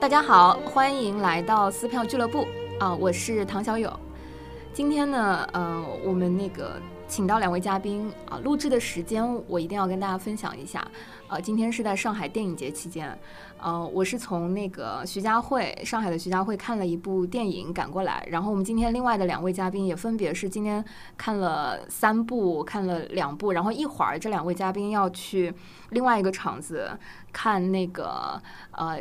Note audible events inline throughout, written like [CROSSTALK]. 大家好，欢迎来到撕票俱乐部啊、我是唐小友。今天呢，呃，我们那个请到两位嘉宾啊、录制的时间我一定要跟大家分享一下。呃，今天是在上海电影节期间，呃，我是从那个徐家汇，上海的徐家汇看了一部电影赶过来。然后我们今天另外的两位嘉宾也分别是今天看了三部，看了两部，然后一会儿这两位嘉宾要去另外一个场子看那个呃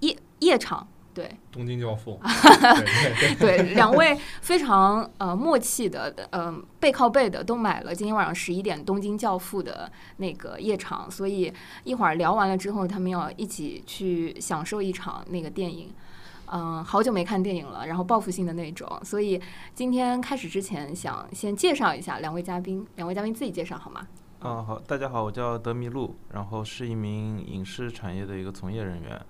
夜夜场。对 [LAUGHS] 东京教 [LAUGHS] 父，对对对对，两位非常呃默契的，呃背靠背的都买了今天晚上十一点东京教父的那个夜场，所以一会儿聊完了之后，他们要一起去享受一场那个电影。嗯，好久没看电影了，然后报复性的那种，所以今天开始之前，想先介绍一下两位嘉宾，两位嘉宾自己介绍好吗？嗯，好，大家好，我叫德米露，然后是一名影视产业的一个从业人员。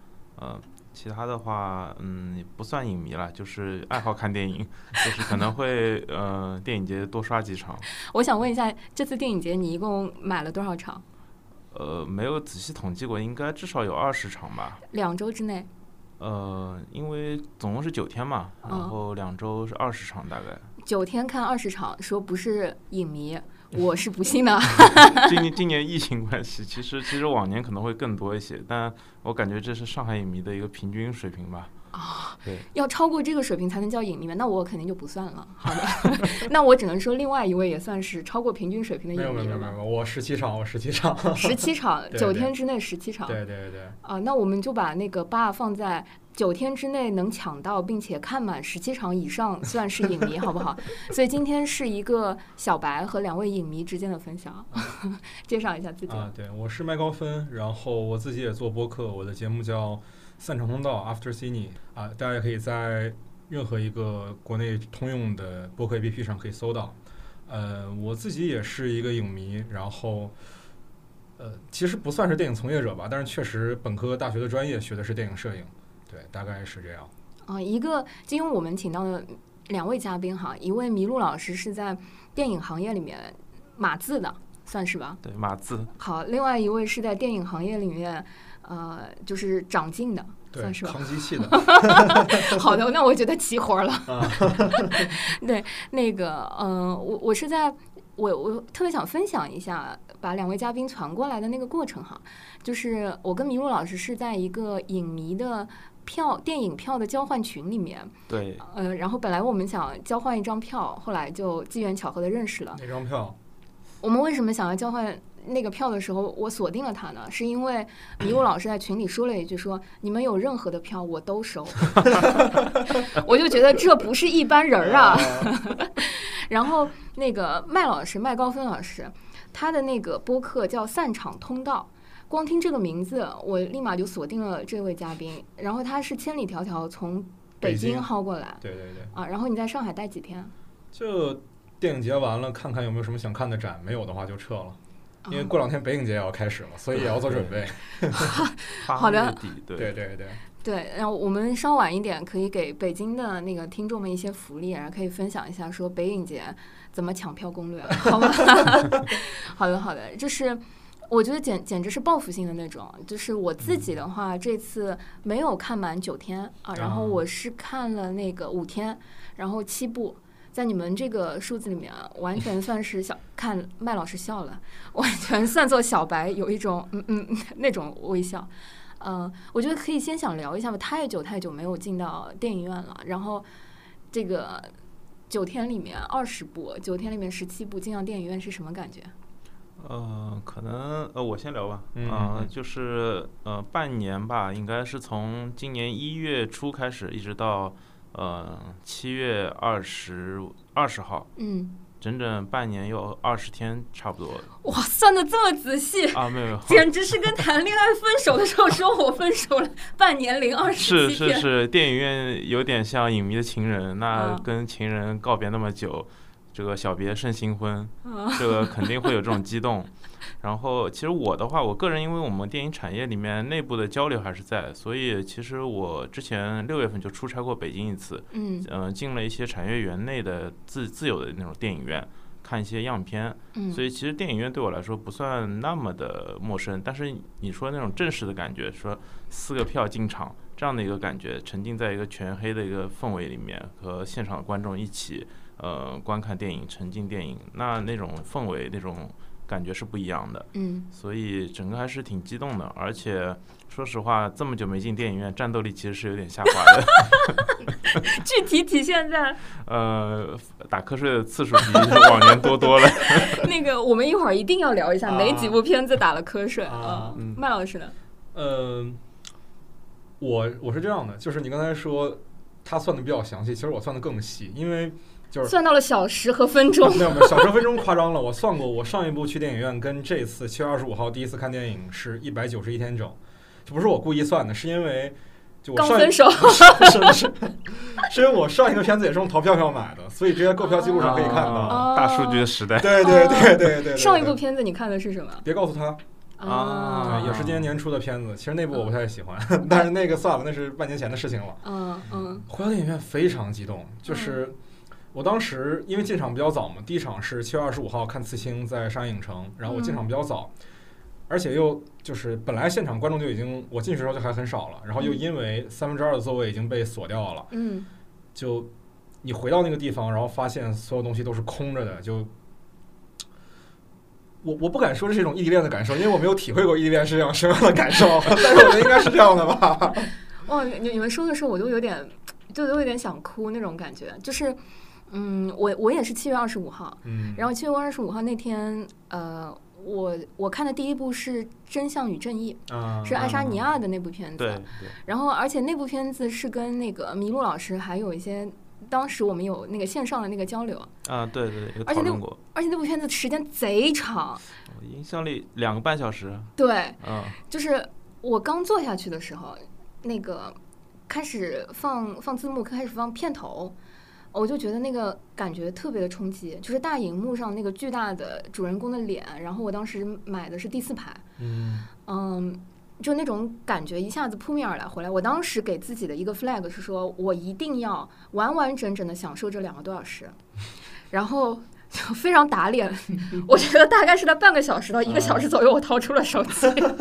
嗯，其他的话，嗯，也不算影迷了，就是爱好看电影，就是可能会呃电影节多刷几场。我想问一下，这次电影节你一共买了多少场？呃，没有仔细统计过，应该至少有二十场吧。两周之内？呃，因为总共是九天嘛，嗯然后两周是二十场大概。九天看二十场，说不是影 [LAUGHS] 迷，我是不信的。 [LAUGHS] 今年今年疫情关系，其实其实往年可能会更多一些，但我感觉这是上海影迷的一个平均水平吧。要超过这个水平才能叫影迷吗？那我肯定就不算了。好的， [LAUGHS] 那我只能说另外一位也算是超过平均水平的没有影没有迷了没有没有，吧。没有我十七场，我十七场，十七 [LAUGHS] 场，对九天之内十七场。对对对，啊、那我们就把那个 bar 放在九天之内能抢到并且看满十七场以上，算是影迷，好 [LAUGHS] 不好？所以今天是一个小白和两位影迷之间的分享， [LAUGHS] 介绍一下自己。啊，对，我是麦高芬，然后我自己也做播客，我的节目叫《散场通道 After Cine》啊，大家也可以在任何一个国内通用的播客 APP 上可以搜到。呃，我自己也是一个影迷，然后呃，其实不算是电影从业者吧，但是确实本科大学的专业学的是电影摄影，对，大概是这样。啊、一个今天我们请到的两位嘉宾哈，一位麋鹿老师是在电影行业里面码字的，算是吧。对，码字。好，另外一位是在电影行业里面，呃，就是长进的，对算，是吧。扛机器的，好的，那我觉得齐活了。啊 [LAUGHS] 对，那个，嗯、我我是在。我我特别想分享一下把两位嘉宾传过来的那个过程哈，就是我跟麋鹿老师是在一个影迷的票电影票的交换群里面，对，呃，然后本来我们想交换一张票，后来就机缘巧合的认识了。那张票我们为什么想要交换那个票的时候，我锁定了他呢？是因为麋鹿老师在群里说了一句说：“你们有任何的票我都 [LAUGHS] 收。”我就觉得这不是一般人儿啊。哦 [LAUGHS] 然后那个麦老师麦高芬老师，他的那个播客叫《散场通道》。光听这个名字，我立马就锁定了这位嘉宾。然后他是千里迢迢从北北京京薅过来，对对对。啊，然后你在上海待几天？啊就电影节完了，看看有没有什么想看的展，没有的话就撤了，因为嗯过两天北影节也要开始了，所以也要做准备。好八的月底，对对对对，对，然后我们稍晚一点可以给北京的那个听众们一些福利，然啊后可以分享一下说北影节怎么抢票攻略，啊好吧？ [LAUGHS] 好的，好的，就是。我觉得简简直是报复性的那种。就是我自己的话，这次没有看满九天啊，然后啊我是看了那个五天，然后七部，在你们这个数字里面啊，完全算是小看麦老师笑了，完全算作小白，有一种嗯嗯 [LAUGHS] 那种微笑。嗯、我觉得可以先想聊一下吧，太久太久没有进到电影院了，然后这个。九天里面二十部，九天里面十七部进到电影院是什么感觉？呃，可能呃，我先聊吧。嗯呃嗯就是呃，半年吧，应该是从今年一月初开始，一直到呃七月二十二十号，嗯，整整半年有二十天差不多哇，算的这么仔细，啊，没有没有。简直是跟谈恋爱分手的时候说我分手了，半年零二十是七是天。是，电影院有点像影迷的情人，那啊跟情人告别那么久，这个小别胜新婚，啊这个肯定会有这种激动。然后，其实我的话，我个人因为我们电影产业里面内部的交流还是在，所以其实我之前六月份就出差过北京一次，嗯嗯、进了一些产业园内的自自有的那种电影院，看一些样片，嗯，所以其实电影院对我来说不算那么的陌生。但是你说那种正式的感觉，说四个票进场这样的一个感觉，沉浸在一个全黑的一个氛围里面，和现场的观众一起呃观看电影、沉浸电影，那那种氛围、那种感觉是不一样的。嗯所以整个还是挺激动的，而且说实话，这么久没进电影院，战斗力其实是有点下滑的。 [LAUGHS] [LAUGHS] 具体体现在呃，打瞌睡的次数比往年多多了。那个，我们一会儿一定要聊一下啊哪几部片子打了瞌睡啊啊？嗯麦老师呢？呃，我我是这样的，就是你刚才说他算的比较详细，其实我算的更细，因为就是。算到了小时和分钟 [LAUGHS] 没有没有，小时候分钟夸张了。我算过，我上一部去电影院跟这次七月二十五号第一次看电影是一百九十一天整，这不是我故意算的，是因为就我刚上一分手， [LAUGHS] 是是是，是因为我上一个片子也是用淘票票买的，所以直接购票记录上可以看到。哦大数据的时代， [LAUGHS] 对对对对对对，上一部对片子你看的是什么别告诉他，啊对也是今年年初的片子。其实那部我不太喜 [LAUGHS] 欢，但是那个算了，那是半年前的事情了。嗯嗯回到电影院非常激动，就是我当时因为进场比较早嘛，第一场是七月二十五号看《刺青》在上海影城，然后我进场比较早，嗯而且又就是本来现场观众就已经我进去的时候就还很少了，然后又因为三分之二的座位已经被锁掉了，嗯就你回到那个地方，然后发现所有东西都是空着的，就。我我不敢说是一种异地恋的感受，因为我没有体会过异地恋是这样什么样的 [LAUGHS] 感受，但是我觉得应该是这样的吧。哇，你你们说的时候我都有点，就都有点想哭那种感觉，就是。嗯，我我也是七月二十五号，嗯，然后七月二十五号那天，呃，我我看的第一部是《真相与正义》，啊是爱沙尼亚的那部片子。对对，然后，而且那部片子是跟那个麋鹿老师还有一些，当时我们有那个线上的那个交流，啊对对，有而且讨那论过，而且那部片子时间贼长，我影响力两个半小时，对， [LAUGHS] 嗯，就是我刚坐下去的时候，那个开始放放字幕，开始放片头，我就觉得那个感觉特别的冲击，就是大荧幕上那个巨大的主人公的脸，然后我当时买的是第四排，嗯嗯，就那种感觉一下子扑面而来回来。我当时给自己的一个 flag 是说，我一定要完完整整的享受这两个多小时，然后就非常打脸。我觉得大概是在半个小时到一个小时左右，我掏出了手机， [LAUGHS]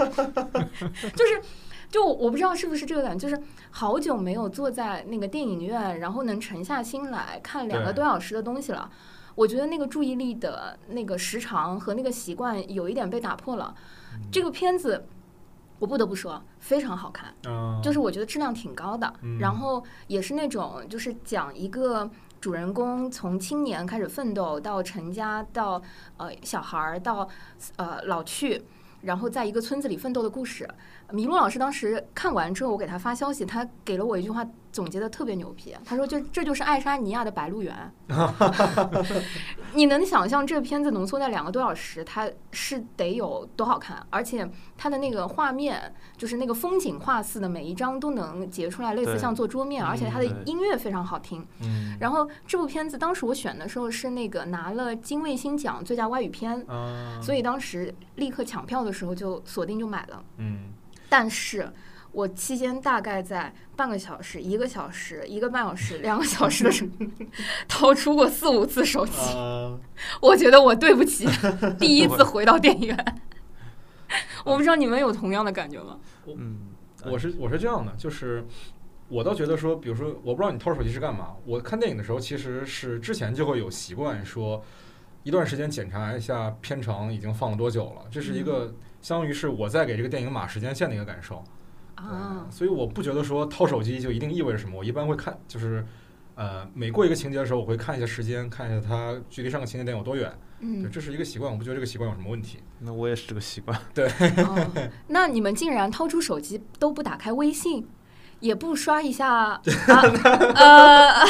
就是。就我不知道是不是这个感觉，就是好久没有坐在那个电影院，然后能沉下心来看两个多对小时的东西了。我觉得那个注意力的那个时长和那个习惯有一点被打破了。嗯这个片子，我不得不说非常好看，啊，就是我觉得质量挺高的，嗯然后也是那种就是讲一个。主人公从青年开始奋斗，到成家，到呃小孩儿，到呃老去，然后在一个村子里奋斗的故事。麋鹿老师当时看完之后，我给他发消息，他给了我一句话，总结的特别牛皮。他说就：“这这就是爱沙尼亚的《白鹿原》。你能想象这片子浓缩在两个多小时，它是得有多好看？而且它的那个画面，就是那个风景画似的，每一张都能截出来，类似对像做桌面，而且它的嗯对音乐非常好听。嗯然后这部片子当时我选的时候是那个拿了金卫星奖最佳外语片，啊，所以当时立刻抢票的时候就锁定就买了。嗯但是我期间大概在半个小时、一个小时、一个半小时、两个小时的时候， [LAUGHS] 掏出过四五次手机。啊，我觉得我对不 [LAUGHS] 起第一次回到电影院。啊我不知道你们有同样的感觉吗？嗯，我是我是这样的，就是我倒觉得说，比如说，我不知道你掏手机是干嘛。我看电影的时候，其实是之前就会有习惯说，一段时间检查一下片长已经放了多久了，这是一个相当于是我在给这个电影码时间线的一个感受。啊嗯，所以我不觉得说掏手机就一定意味着什么。我一般会看，就是呃，每过一个情节的时候，我会看一下时间，看一下它距离上个情节点有多远。对，嗯，这是一个习惯，我不觉得这个习惯有什么问题。 [LAUGHS] 那我也是这个习惯， [LAUGHS] 哦，那你们竟然掏出手机都不打开微信，也不刷一 [LAUGHS] 下啊呃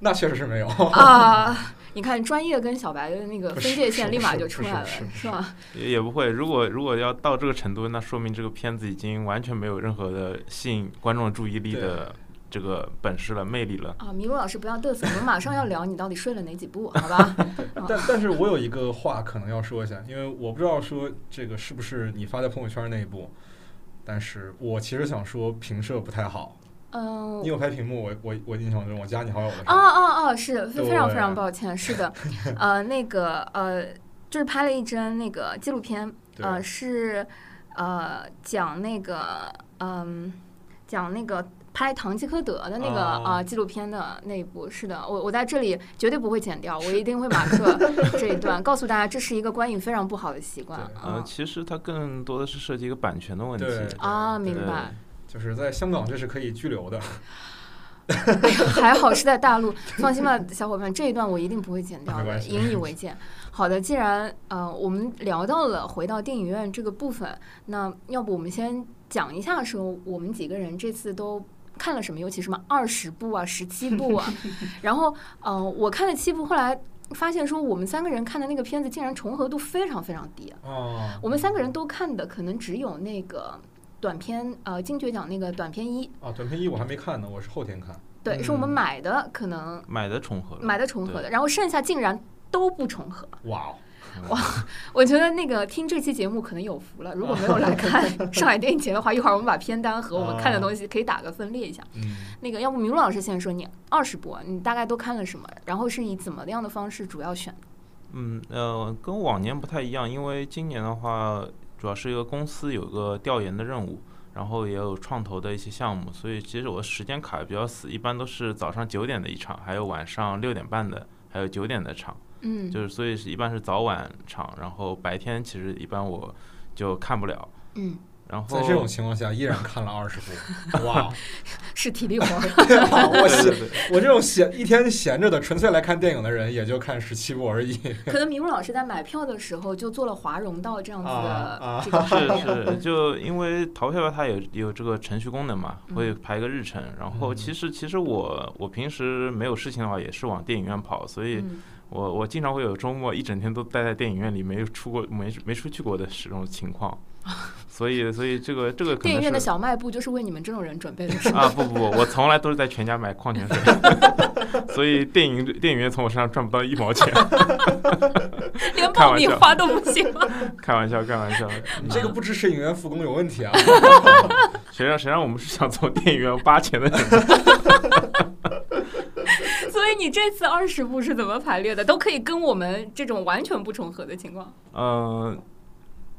那确实是没有。啊！你看，专业跟小白的那个分界线哦是立马是就是出来了，是是是吧？也也不会。如果如果要到这个程度，那说明这个片子已经完全没有任何的吸引观众注意力的这个本事了、魅力了。啊，麋鹿老师不要嘚瑟，我们马上要聊你到底睡了哪几步，好吧？但但是我有一个话可能要说一下，因为我不知道说这个是不是你发在朋友圈那一步，但是我其实想说评社不太好，嗯、你有拍屏幕，我我我印象中我加你好友了。是哦吧哦哦，是非非常非常对抱歉，是的，呃，那个呃，就是拍了一帧那个纪录片，对呃，是呃讲那个嗯、讲那个拍《堂吉诃德》的那个哦啊、呃纪录片的那一部，是的，我我在这里绝对不会剪掉，我一定会马 [LAUGHS] 克这一段，告诉大家这是一个观影非常不好的习惯对呃，啊其实它更多的是涉及一个版权的问题。对啊，明对白，就是在香港这是可以拘 [LAUGHS] 留的，还好是在大陆， [LAUGHS] 放心吧，小伙伴，这一段我一定不会剪掉没的关，系引以为戒。好的，既然呃我们聊到了回到电影院这个部分，那要不我们先讲一下说我们几个人这次都看了什么，尤其什么二十部啊、十七部 [LAUGHS] 啊，然后呃我看了七部，后来发现说我们三个人看的那个片子竟然重合度非常非常低，啊哦，我们三个人都看的可能只有那个短片呃金爵奖那个短片一，啊，短片一我还没看呢，我是后天看。对，是我们嗯买的可能。买的重合了。买的重合的，然后剩下竟然都不重合。哇哦，嗯我觉得那个听这期节目可能有福了，如果没有哦来看 [LAUGHS] 上海电影节的话，一会儿我们把片单和我们看的东西可以打个分列一下。嗯，那个，要不麋鹿老师先说，你二十部，啊你大概都看了什么？然后是以怎么样的方式主要选的？嗯呃，跟往年不太一样，因为今年的话，主要是一个公司有个调研的任务，然后也有创投的一些项目，所以其实我时间卡得比较死，一般都是早上九点的一场，还有晚上六点半的，还有九点的场，嗯，就是所以是一般是早晚场，然后白天其实一般我就看不了，嗯，然后在这种情况下依然看了二十 [LAUGHS] 部，哇哦！是体力活。 [LAUGHS] 哇 [LAUGHS] 我对对闲，对我这种闲一天闲着的，纯粹来看电影的人，也就看十七部而已。可能麋鹿老师在买票的时候就做了华容道这样子啊的啊这个画面。 [LAUGHS] 是是，就因为淘票它有有这个程序功能嘛，嗯会排一个日程。然后嗯其实其实我我平时没有事情的话，也是往电影院跑，所以嗯我我经常会有周末一整天都待在电影院里，没有出过没没出去过的这种情 [LAUGHS] 况。所以所以这个这个可电影院的能是小卖部就是为你们这种人准 [LAUGHS] 备的，是吗？啊不不不，我从来都是在全家买 [LAUGHS] 矿泉水， [LAUGHS] 所以电影电影院从我身上赚不到一毛钱，连开爆玩米笑花都不行。开玩笑开玩笑。嗯你这个不支持影院复工有问 [LAUGHS] 题啊！谁让谁让我们是想从电影院扒钱的人？ [LAUGHS] 所以你这次二十部是怎么排列的？都可以跟我们这种完全不重合的情况。呃，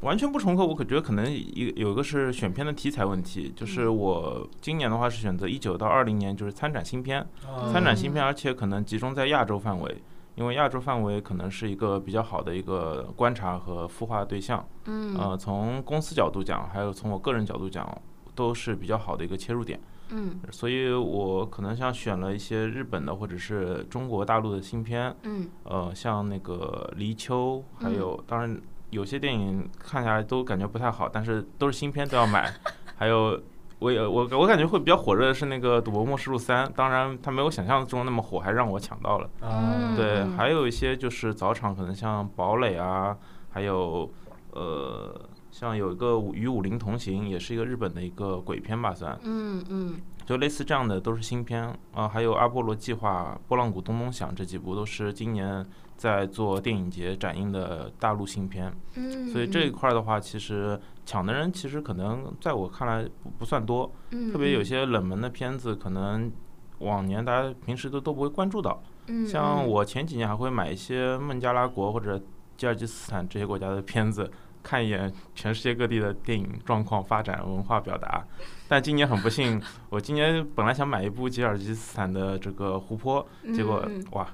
完全不重合，我可觉得可能一有一个是选片的题材问题，就是我今年的话是选择一九到二零年，就是参展新片，啊参展新片，而且可能集中在亚洲范围，因为亚洲范围可能是一个比较好的一个观察和孵化对象。嗯呃，从公司角度讲，还有从我个人角度讲，都是比较好的一个切入点。嗯所以我可能像选了一些日本的或者是中国大陆的新片，嗯呃，像那个《黎秋》，还嗯有、当然有些电影看下来都感觉不太好，但是都是新片都 [LAUGHS] 要买。还有我也我我感觉会比较火热的是那个《赌博默示录三》，当然它没有想象中那么火，还让我抢到了。啊，对，嗯还有一些就是早场可能像堡垒啊，还有呃。像有一个《与武林同行》，也是一个日本的一个鬼片吧，算嗯嗯就类似这样的都是新片啊、呃还有《阿波罗计划》《波浪鼓咚咚响》这几部都是今年在做电影节展映的大陆新片，嗯所以这一块儿的话，其实抢的人其实可能在我看来不不算多，嗯特别有些冷门的片子可能。往年大家平时都都不会关注到，嗯像我前几年还会买一些孟加拉国或者吉尔吉斯斯坦这些国家的片子，看一眼全世界各地的电影状况、发展、文化表达。但今年很不幸，我今年本来想买一部吉尔吉斯斯坦的这个湖泊，嗯结果哇，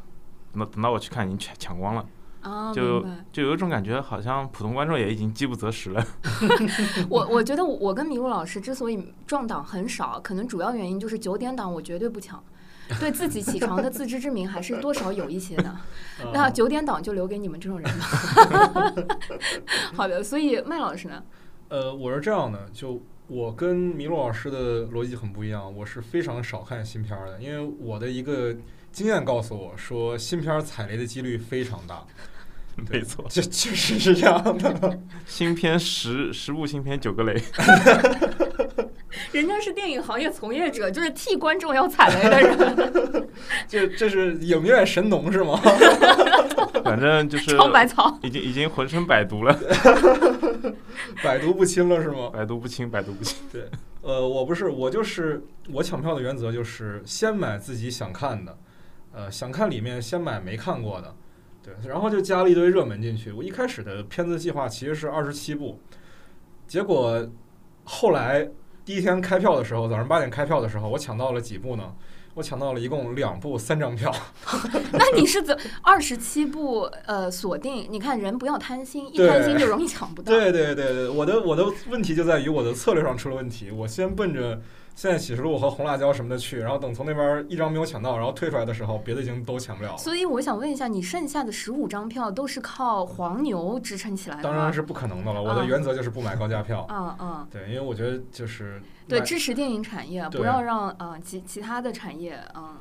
等到等到我去看已经抢抢光了，啊，就明白就有一种感觉，好像普通观众也已经饥不择食了。 [LAUGHS] 我我觉得我我跟麋鹿老师之所以撞档很少，可能主要原因就是九点档我绝对不抢。对自己起床的自知之明还是多少有一些的， [LAUGHS] 那九点档就留给你们这种人吧。 [LAUGHS] 好的，所以麦老师呢？呃，我是这样的，就我跟麋鹿老师的逻辑很不一样，我是非常少看新片儿的，因为我的一个经验告诉我说，新片儿踩雷的几率非常大，没错，这确实是这样的。新片十十部新片九个雷，人家是电影行业从业者，就是替观众要踩雷的人，这这是影院神农是吗？ [LAUGHS] 反正就是超百草。 [LAUGHS] 已经已经浑身百毒了，百毒不侵了是吗？百毒不侵，百毒不侵。对，呃，我不是，我就是我抢票的原则就是先买自己想看的，呃，想看里面先买没看过的，对，然后就加了一堆热门进去。我一开始的片子计划其实是二十七部，结果后来第一天开票的时候，早上八点开票的时候，我抢到了几部呢？我抢到了一共两部三张票，那你是怎二十七步呃锁定？你看人不要贪心，一对贪心就容易抢不到。对对对对，我的我的问题就在于我的策略上出了问题。我先奔着现在启示录和红辣椒什么的去，然后等从那边一张没有抢到，然后退出来的时候，别的已经都抢不了 [LAUGHS] 了。所以我想问一下，你剩下的十五张票都是靠黄牛支撑起来的吗？当然是不可能的了。我的原则就是不买高价票。啊啊，对，因为我觉得就是对，买支持电影产业，对不要让啊、呃其其他的产业啊、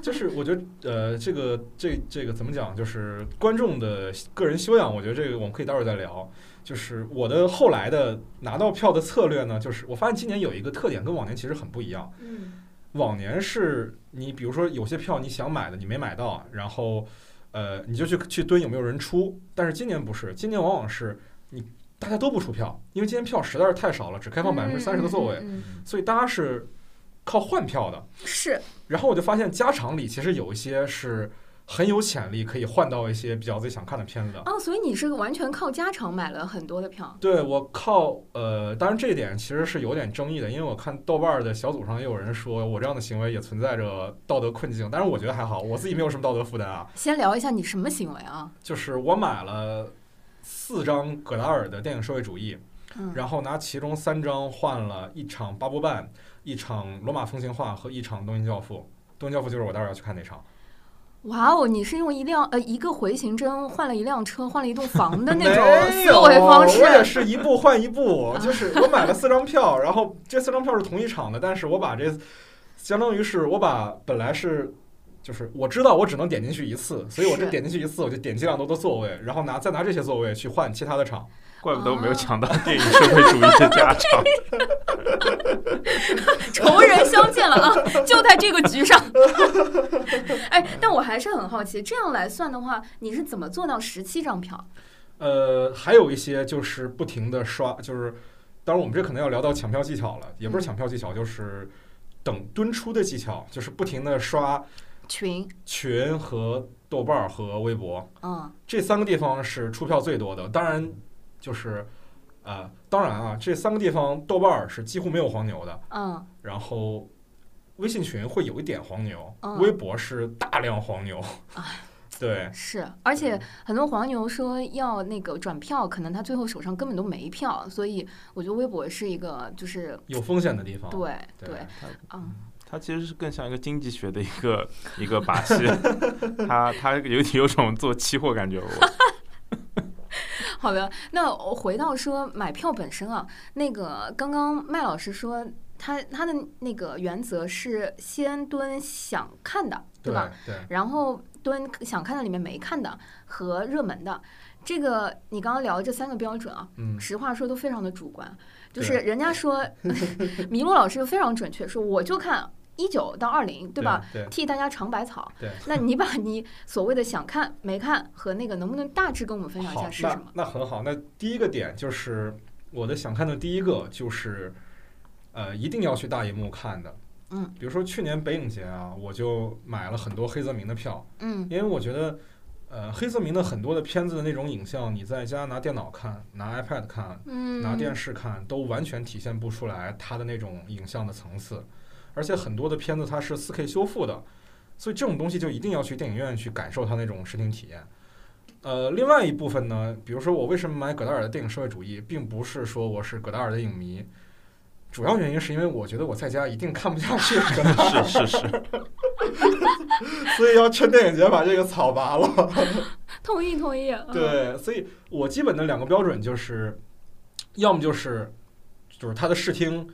就是我觉得呃，这个这这个怎么讲，就是观众的个人修养，我觉得这个我们可以待会儿再聊。就是我的后来的拿到票的策略呢，就是我发现今年有一个特点跟往年其实很不一样。嗯往年是你比如说有些票你想买的你没买到，啊然后呃你就去去蹲有没有人出，但是今年不是，今年往往是你大家都不出票，因为今年票实在是太少了，只开放百分之三十的座位，嗯嗯嗯所以大家是靠换票的。嗯是然后我就发现加场里其实有一些是很有潜力可以换到一些比较自己想看的片子的。啊，所以你是完全靠加长买了很多的票。对我靠，呃，当然这一点其实是有点争议的，因为我看豆瓣儿的小组上也有人说我这样的行为也存在着道德困境，但是我觉得还好，我自己没有什么道德负担啊。先聊一下你什么行为啊？就是我买了四张葛达尔的电影《社会主义》，嗯，然后拿其中三张换了一场巴波办、一场罗马风情画和一场东京教父。东京教父就是我待会儿要去看那场，哇哦，你是用一辆呃一个回形针换了一辆车，换了一栋房的那种没有啊思维方式啊我。也是一步换一步，就是我买了四张票，然后这四张票是同一场的，但是我把这相当于是我把本来是。就是我知道我只能点进去一次，所以我这是点进去一次，我就点尽量多的座位，然后拿再拿这些座位去换其他的场。怪不得我没有抢到电影社会主义的加场。 [LAUGHS] 仇人相见了啊，就在这个局 [LAUGHS] 上。哎，但我还是很好奇，这样来算的话，你是怎么做到十七张票？呃，还有一些就是不停的刷，就是当然我们这可能要聊到抢票技巧了，也不嗯是抢票技巧，就是等蹲出的技巧，就是不停的刷群，群和豆瓣儿和微博。嗯，这三个地方是出票最多的。当然，就是呃，当然啊，这三个地方豆瓣儿是几乎没有黄牛的，嗯，然后微信群会有一点黄牛，嗯哎微博是大量黄牛。对，是，而且很多黄牛说要那个转票，可能他最后手上根本都没票，所以我觉得微博是一个，就是有风险的地方。对哦对对，嗯， [LAUGHS] 它其实是更像一个经济学的一个 [LAUGHS] 一个把戏，它它有有种做期货感觉。我好的，那我回到说买票本身啊，那个刚刚麦老师说他他的那个原则是先蹲想看的，对对吧？对然后蹲想看的里面没看的和热门的，这个你刚刚聊的这三个标准啊，嗯，实话说都非常的主观，就是对人家说 [LAUGHS] 麋鹿老师非常准确，说我就看一九到二零，对吧？？对，替大家尝百草。对那你把你所谓的想看没看和那个能不能大致跟我们分享一好下，是什那么？那很好。那第一个点就是我的想看的第一个就是，呃，一定要去大荧幕看的。嗯，比如说去年北影节啊，我就买了很多黑泽明的票，嗯因为我觉得，呃，黑泽明的很多的片子的那种影像，你在家拿电脑看、拿 iPad 看、嗯，拿电视看，都完全体现不出来他的那种影像的层次。而且很多的片子它是 4K 修复的，所以这种东西就一定要去电影院去感受它那种视听体验。呃，另外一部分呢，比如说我为什么买葛达尔的电影《社会主义》，并不是说我是葛达尔的影迷，主要原因是因为我觉得我在家一定看不下去 [LAUGHS] 葛达尔，是 [LAUGHS] 是是，所以要趁电影节把这个草拔了。同意同意。嗯，对，所以我基本的两个标准就是，要么就是就是他的视听，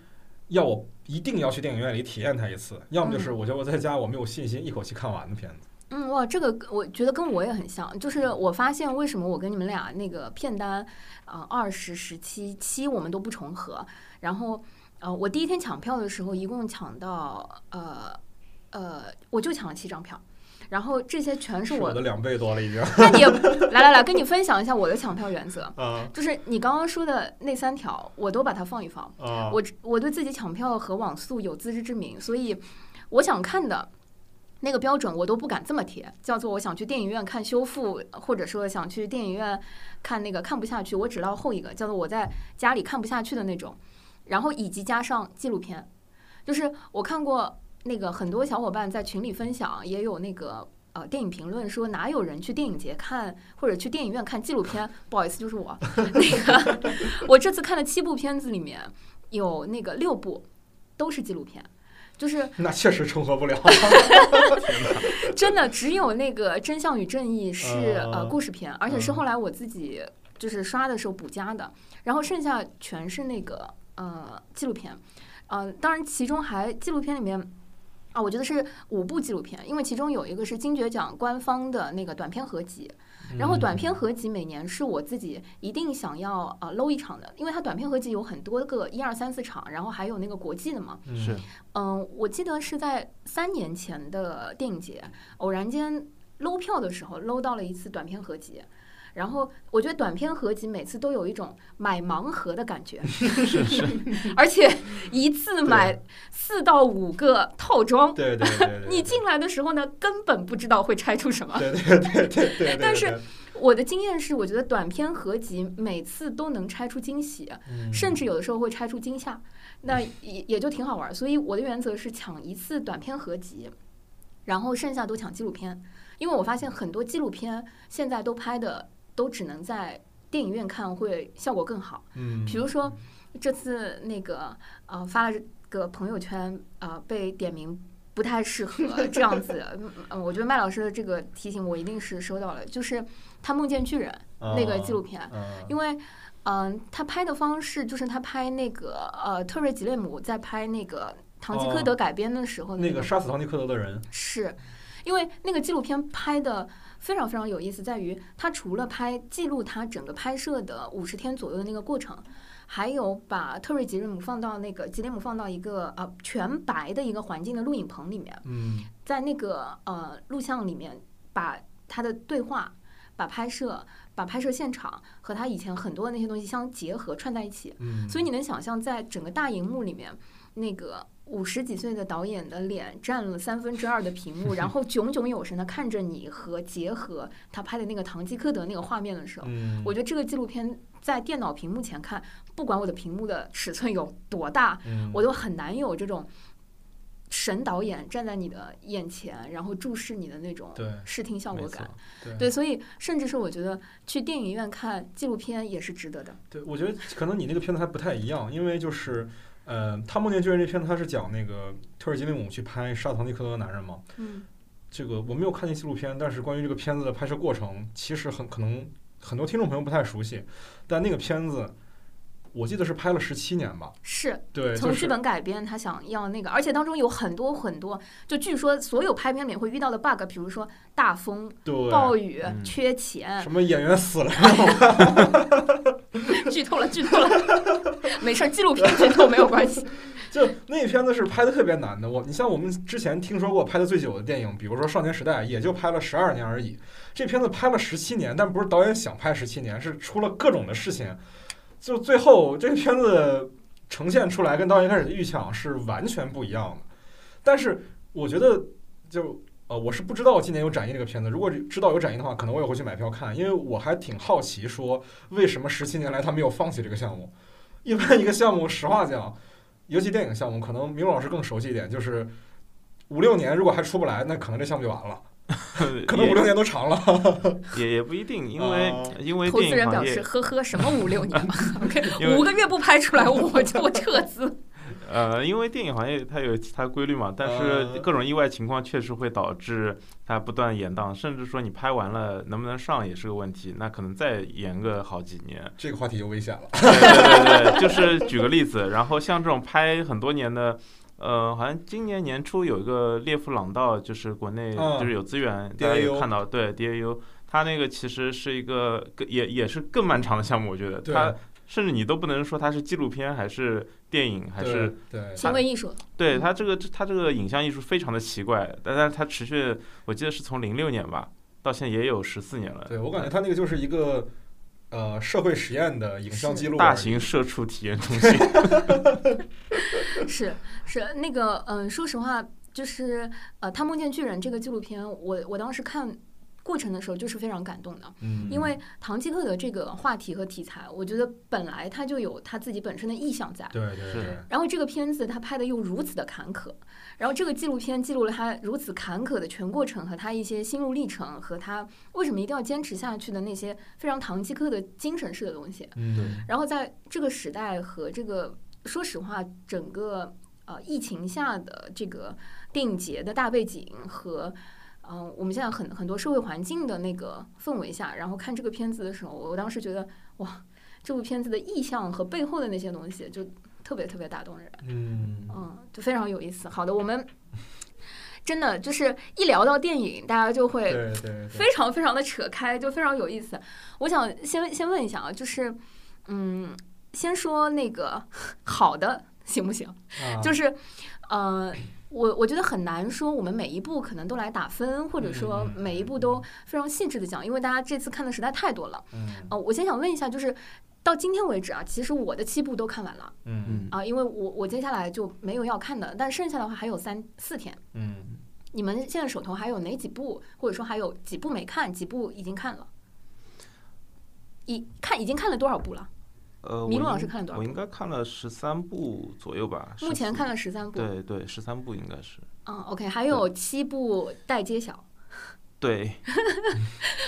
要我一定要去电影院里体验它一次；要么就是我觉得我在家我没有信心一口气看完的片子。嗯，哇，这个我觉得跟我也很像，就是我发现为什么我跟你们俩那个片单，呃，二十、十七、七我们都不重合，然后呃，我第一天抢票的时候，一共抢到呃呃，我就抢了七张票。然后这些全是是我我的。两倍多了已经那你也 [LAUGHS] 来来来，跟你分享一下我的抢票原则， [LAUGHS] 啊就是你刚刚说的那三条，我都把它放一放。啊！我只我对自己抢票和网速有自知之明，所以我想看的那个标准我都不敢这么贴，叫做我想去电影院看修复，或者说想去电影院看那个看不下去，我只捞后一个，叫做我在家里看不下去的那种，然后以及加上纪录片，就是我看过那个很多小伙伴在群里分享，也有那个。呃，电影评论说哪有人去电影节看或者去电影院看纪录片？不好意思，就是我。 [LAUGHS] 那个，我这次看的七部片子里面，有那个六部都是纪录片，就是 [LAUGHS] 那确实重合不了。真的只有那个《真相与正义是》呃嗯故事片，而且是嗯后来我自己就是刷的时候补加的，然后剩下全是那个呃纪录片，呃，当然其中还纪录片里面。啊，我觉得是五部纪录片，因为其中有一个是金爵奖官方的那个短片合集， [LAUGHS] 嗯然后短片合集每年是我自己一定想要呃搂一场的，因为它短片合集有很多个一二三四场，然后还有那个国际的嘛，嗯是，嗯，我记得是在三年前的电影节，偶然间搂票的时候搂到了一次短片合集。然后我觉得短片合集每次都有一种买盲盒的感觉，而且一次买四到五个套装，对对对对对，你进来的时候呢，根本不知道会拆出什么。 [LAUGHS] 对对对对对对，但是对我的经验是，我觉得短片合集每次都能拆出惊喜，嗯甚至有的时候会拆出惊吓，那也也就挺好玩儿。所以我的原则是抢一次短片合集，然后剩下都抢纪录片，因为我发现很多纪录片现在都拍的都只能在电影院看会效果更好。嗯，比如说这次那个呃发了个朋友圈呃被点名。不太适合这样子，嗯嗯，我觉得麦老师的这个提醒我一定是收到了，就是他梦见巨人哦那个纪录片，嗯，因为，嗯、他拍的方式就是他拍那个呃，特瑞吉列姆在拍那个《堂吉诃德》改编的时候，嗯那个杀死唐吉诃德的人，是，因为那个纪录片拍的非常非常有意思，在于他除了拍记录他整个拍摄的五十天左右的那个过程，还有把特瑞吉列姆放到那个吉列姆放到一个呃全白的一个环境的录影棚里面，嗯在那个呃录像里面，把他的对话、把拍摄、把拍摄现场和他以前很多的那些东西相结合串在一起，嗯，所以你能想象，在整个大荧幕里面，那个五十几岁的导演的脸占了三分之二的屏 [LAUGHS] 幕，然后炯炯有神的看着你和结合他拍的那个《堂吉诃德》那个画面的时候，嗯，我觉得这个纪录片在电脑屏幕前看，不管我的屏幕的尺寸有多大，嗯我都很难有这种神导演站在你的眼前，然后注视你的那种对视听效果没错感。对对，所以甚至是我觉得去电影院看纪录片也是值得的。对，我觉得可能你那个片子还不太一样，因为就是，呃，他《梦见巨人》这片子，他是讲那个特尔吉林姆去拍杀唐尼克德的男人嘛。嗯这个我没有看见纪录片，但是关于这个片子的拍摄过程，其实很可能很多听众朋友不太熟悉。但那个片子，我记得是拍了十七年吧？，是对，从就剧是本改编，他想要那个，而且当中有很多很多，就据说所有拍片里面会遇到的 bug，比如说大风、对暴雨、嗯缺钱，什么演员死了， [LAUGHS] 剧透了，剧透了，没事儿，纪录片剧透没有关 [LAUGHS] 系。 [LAUGHS] 就那片子是拍的特别难的。我你像我们之前听说过拍的最久的电影，比如说《少年时代》，也就拍了十二年而已。这片子拍了十七年，但不是导演想拍十七年，是出了各种的事情。就最后这个片子呈现出来，跟导演开始的预想是完全不一样的。但是我觉得就。呃，我是不知道今年有展映这个片子。如果知道有展映的话，可能我也会去买票看，因为我还挺好奇，说为什么十七年来他没有放弃这个项目。一般一个项目，实话讲，尤其电影项目，可能明老师更熟悉一点，就是五六年如果还出不来，那可能这项目就完了，可能五六年都长了。也也不一定，因为哦因为投电资影人行表示：业呵呵，什么五六年 [LAUGHS]？OK，因为五个月不拍出来，我就 [LAUGHS] 我撤资。呃，因为电影行业它有它规律嘛，但呃是各种意外情况确实会导致它不断延档，甚至说你拍完了能不能上也是个问题，那可能再延个好几年。这个话题就危险了。对对对，就是举个例子，然后像这种拍很多年的，呃，好像今年年初有一个《列夫朗道》，就是国内嗯就是有资源，大家 DAU 有看到，对 DAU，它那个其实是一个更也也是更漫长的项目，我觉得对它甚至你都不能说它是纪录片还是电影还对是对行为艺术，对它这个它这个影像艺术非常的奇怪，但但是它持续，我记得是从零六年吧，到现在也有十四年了。对，我感觉他那个就是一个呃社会实验的影像记录而已，大型社畜体验中心，是是那个，嗯、说实话，就是呃，《他梦见巨人》这个纪录片，我我当时看过程的时候就是非常感动的，嗯，因为唐吉诃德这个话题和题材，我觉得本来他就有他自己本身的意向在。对对对是，然后这个片子他拍的又如此的坎坷，然后这个纪录片记录了他如此坎坷的全过程和他一些心路历程和他为什么一定要坚持下去的那些非常唐吉诃德精神式的东西。嗯然后在这个时代和这个，说实话，整个呃疫情下的这个电影节的大背景和。嗯、我们现在很很多社会环境的那个氛围下，然后看这个片子的时候，我当时觉得哇，这部片子的意象和背后的那些东西就特别特别打动人，嗯嗯，就非常有意思。好的，我们 [LAUGHS] 真的就是一聊到电影，大家就会对对对，非常非常的扯开，就非常有意思。我想先先问一下啊，就是嗯，先说那个好的行不行？啊就是呃，我我觉得很难说我们每一步可能都来打分，或者说嗯嗯嗯每一步都非常细致的讲，因为大家这次看的实在太多了。嗯呃，我先想问一下，就是。到今天为止啊，其实我的七部都看完了嗯啊，因为我我接下来就没有要看的，但剩下的话还有三四天。嗯，你们现在手头还有哪几部，或者说还有几部没看，几部已经看了？已看已经看了多少部了？呃，麋鹿我老应师看了多少我应该看了十三部左右吧。目前14看了十三部。对对，十三部应该是嗯，OK，还有七部待揭晓。对。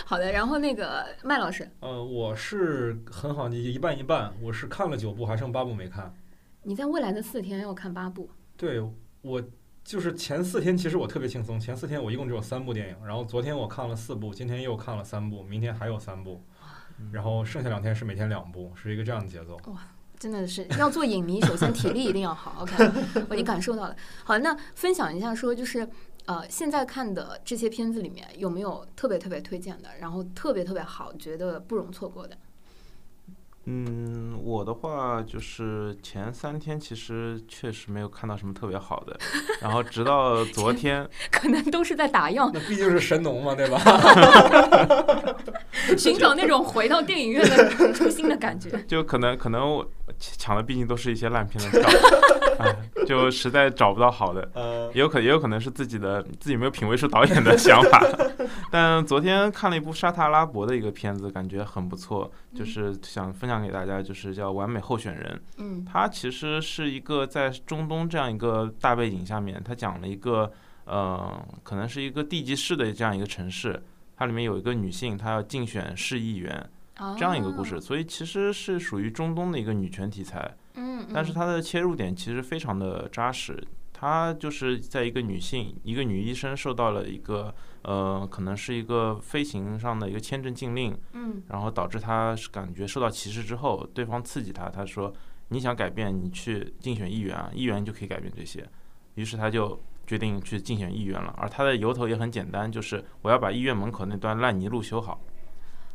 好的，然后那个麦老师，呃，我是很好，你一半一半，我是看了九部，还剩八部没看。你在未来的四天要看八部。对我就是前四天，其实我特别轻松。前四天我一共只有三部电影，然后昨天我看了四部，今天又看了三部，明天还有三部，然后剩下两天是每天两部，是一个这样的节 [LAUGHS] 奏。真的是要做影迷，首先体力一定要好。OK，我已经 [LAUGHS] 感受到了。好，那分享一下，说就是呃，现在看的这些片子里面有没有特别特别推荐的，然后特别特别好，觉得不容错过的？ [LAUGHS] 嗯，我的话就是前三天其实确实没有看到什么特别好的，然后直到昨天，可能都是在打样，那毕竟是神农嘛，对吧？寻找那种回到电影院的初心的感觉。就可能可能我抢的毕竟都是一些烂片的票， [LAUGHS] 哎，就实在找不到好的，呃，也有可也有可能是自己的自己没有品味出导演的想法。但昨天看了一部沙特阿拉伯的一个片子，感觉很不错，就是想分享给大家，就是叫《完美候选人》。 [LAUGHS] 嗯它其实是一个在中东这样一个大背景下面，它讲了一个呃，可能是一个地级市的这样一个城市，它里面有一个女性，她要竞选市议员啊这样一个故事，。所以其实是属于中东的一个女权题材，嗯，但是他它的切入点其实非常的扎实。它就是在一个女性，一个女医生受到了一个呃，可能是一个飞行上的一个签证禁令，嗯然后导致他是感觉受到歧视之后，对方刺激他，他说你想改变，你去竞选议员啊，议员就可以改变这些。于是他就决定去竞选议员了，而他的由头也很简单，就是我要把医院门口那段烂泥路修好。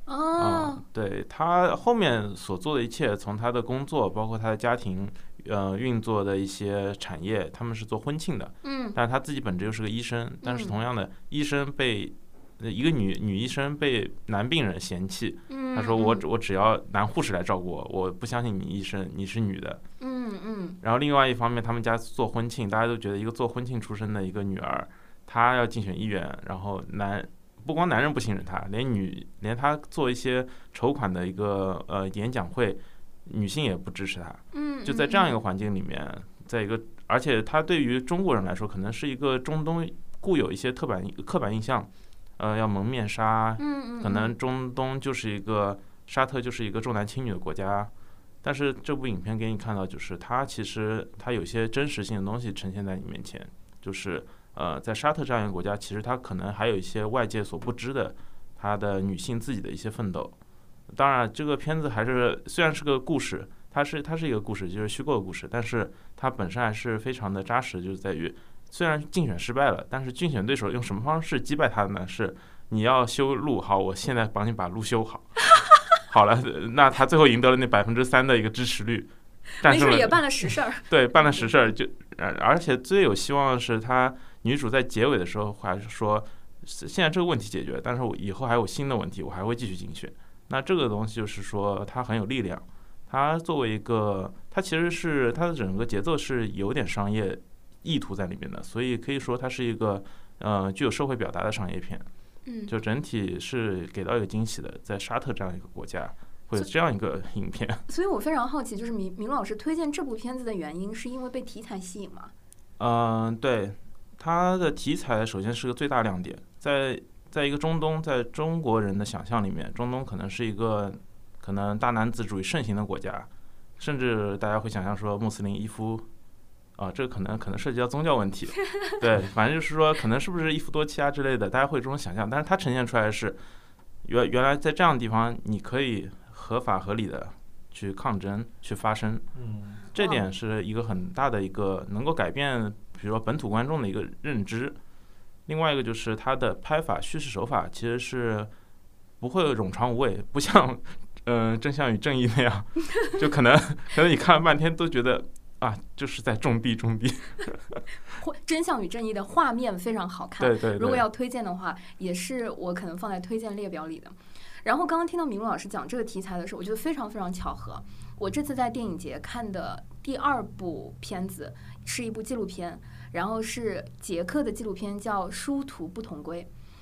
啊、哦，对他后面所做的一切，从他的工作，包括他的家庭，呃，运作的一些产业，他们是做婚庆的，嗯但是他自己本质又是个医生，但是嗯同样的，医生被呃一个女女医生被男病人嫌弃，嗯，他说我嗯只我只要男护士来照顾我，我不相信你医生，你是女的。嗯嗯然后另外一方面，他们家做婚庆，大家都觉得一个做婚庆出身的一个女儿，她要竞选议员，然后男不光男人不信任她，连女连她做一些筹款的一个呃演讲会，女性也不支持她。嗯，就在这样一个个环境里面，在一个，而且它对于中国人来说，可能是一个中东固有一些刻板刻板印象，呃，要蒙面纱，嗯嗯，可能中东就是一个沙特就是一个重男轻女的国家，但是这部影片给你看到，就是它其实它有些真实性的东西呈现在你面前，就是呃，在沙特这样一个国家，其实它可能还有一些外界所不知的，它的女性自己的一些奋斗。当然，这个片子还是虽然是个故事，它是它是一个故事，就是虚构的故事，但是它本身还是非常的扎实，就是在于虽然竞选失败了，但是竞选对手用什么方式击败他的呢？是你要修路好，我现在帮你把路修好。 [LAUGHS] 好了，那他最后赢得了那百分之三的一个支持率，战没胜事了也办了实事儿。对，办了实事儿就，而而且最有希望的是，她女主在结尾的时候还是说，是现在这个问题解决，但是我以后还有新的问题，我还会继续竞选。那这个东西就是说，她很有力量。她作为一个，她其实是她的整个节奏是有点商业意图在里面的，所以可以说它是一个呃具有社会表达的商业片。嗯，就整体是给到一个惊喜的，在沙特这样一个国家会有所以这样一个影片。所以我非常好奇，就是明明老师推荐这部片子的原因，是因为被题材吸引吗？嗯，对，它的题材首先是个最大亮点，在在一个中东，在中国人的想象里面，中东可能是一个可能大男子主义盛行的国家，甚至大家会想象说穆斯林伊夫。啊，这可能可能涉及到宗教问题，对，反正就是说，可能是不是一夫多妻啊之类的，大家会有这种想象，但是它呈现出来的是，原原来在这样的地方，你可以合法合理的去抗争、去发声，嗯这嗯点是一个很大的一个能够改变，比如说本土观众的一个认知。另外一个就是它的拍法、叙事手法其实是不会冗长无味，不像嗯、呃《真相与正义》那样，就可能可能你看了半天都觉得啊，就是在种地 [LAUGHS] 种地。或真相与正义的画面非常好看。对对对。如果要推荐的话，也是我可能放在推荐列表里的。然后刚刚听到明路老师讲这个题材的时候，我觉得非常非常巧合。我这次在电影节看的第二部片子是一部纪录片，然后是捷克的纪录片，叫《殊途不同归》。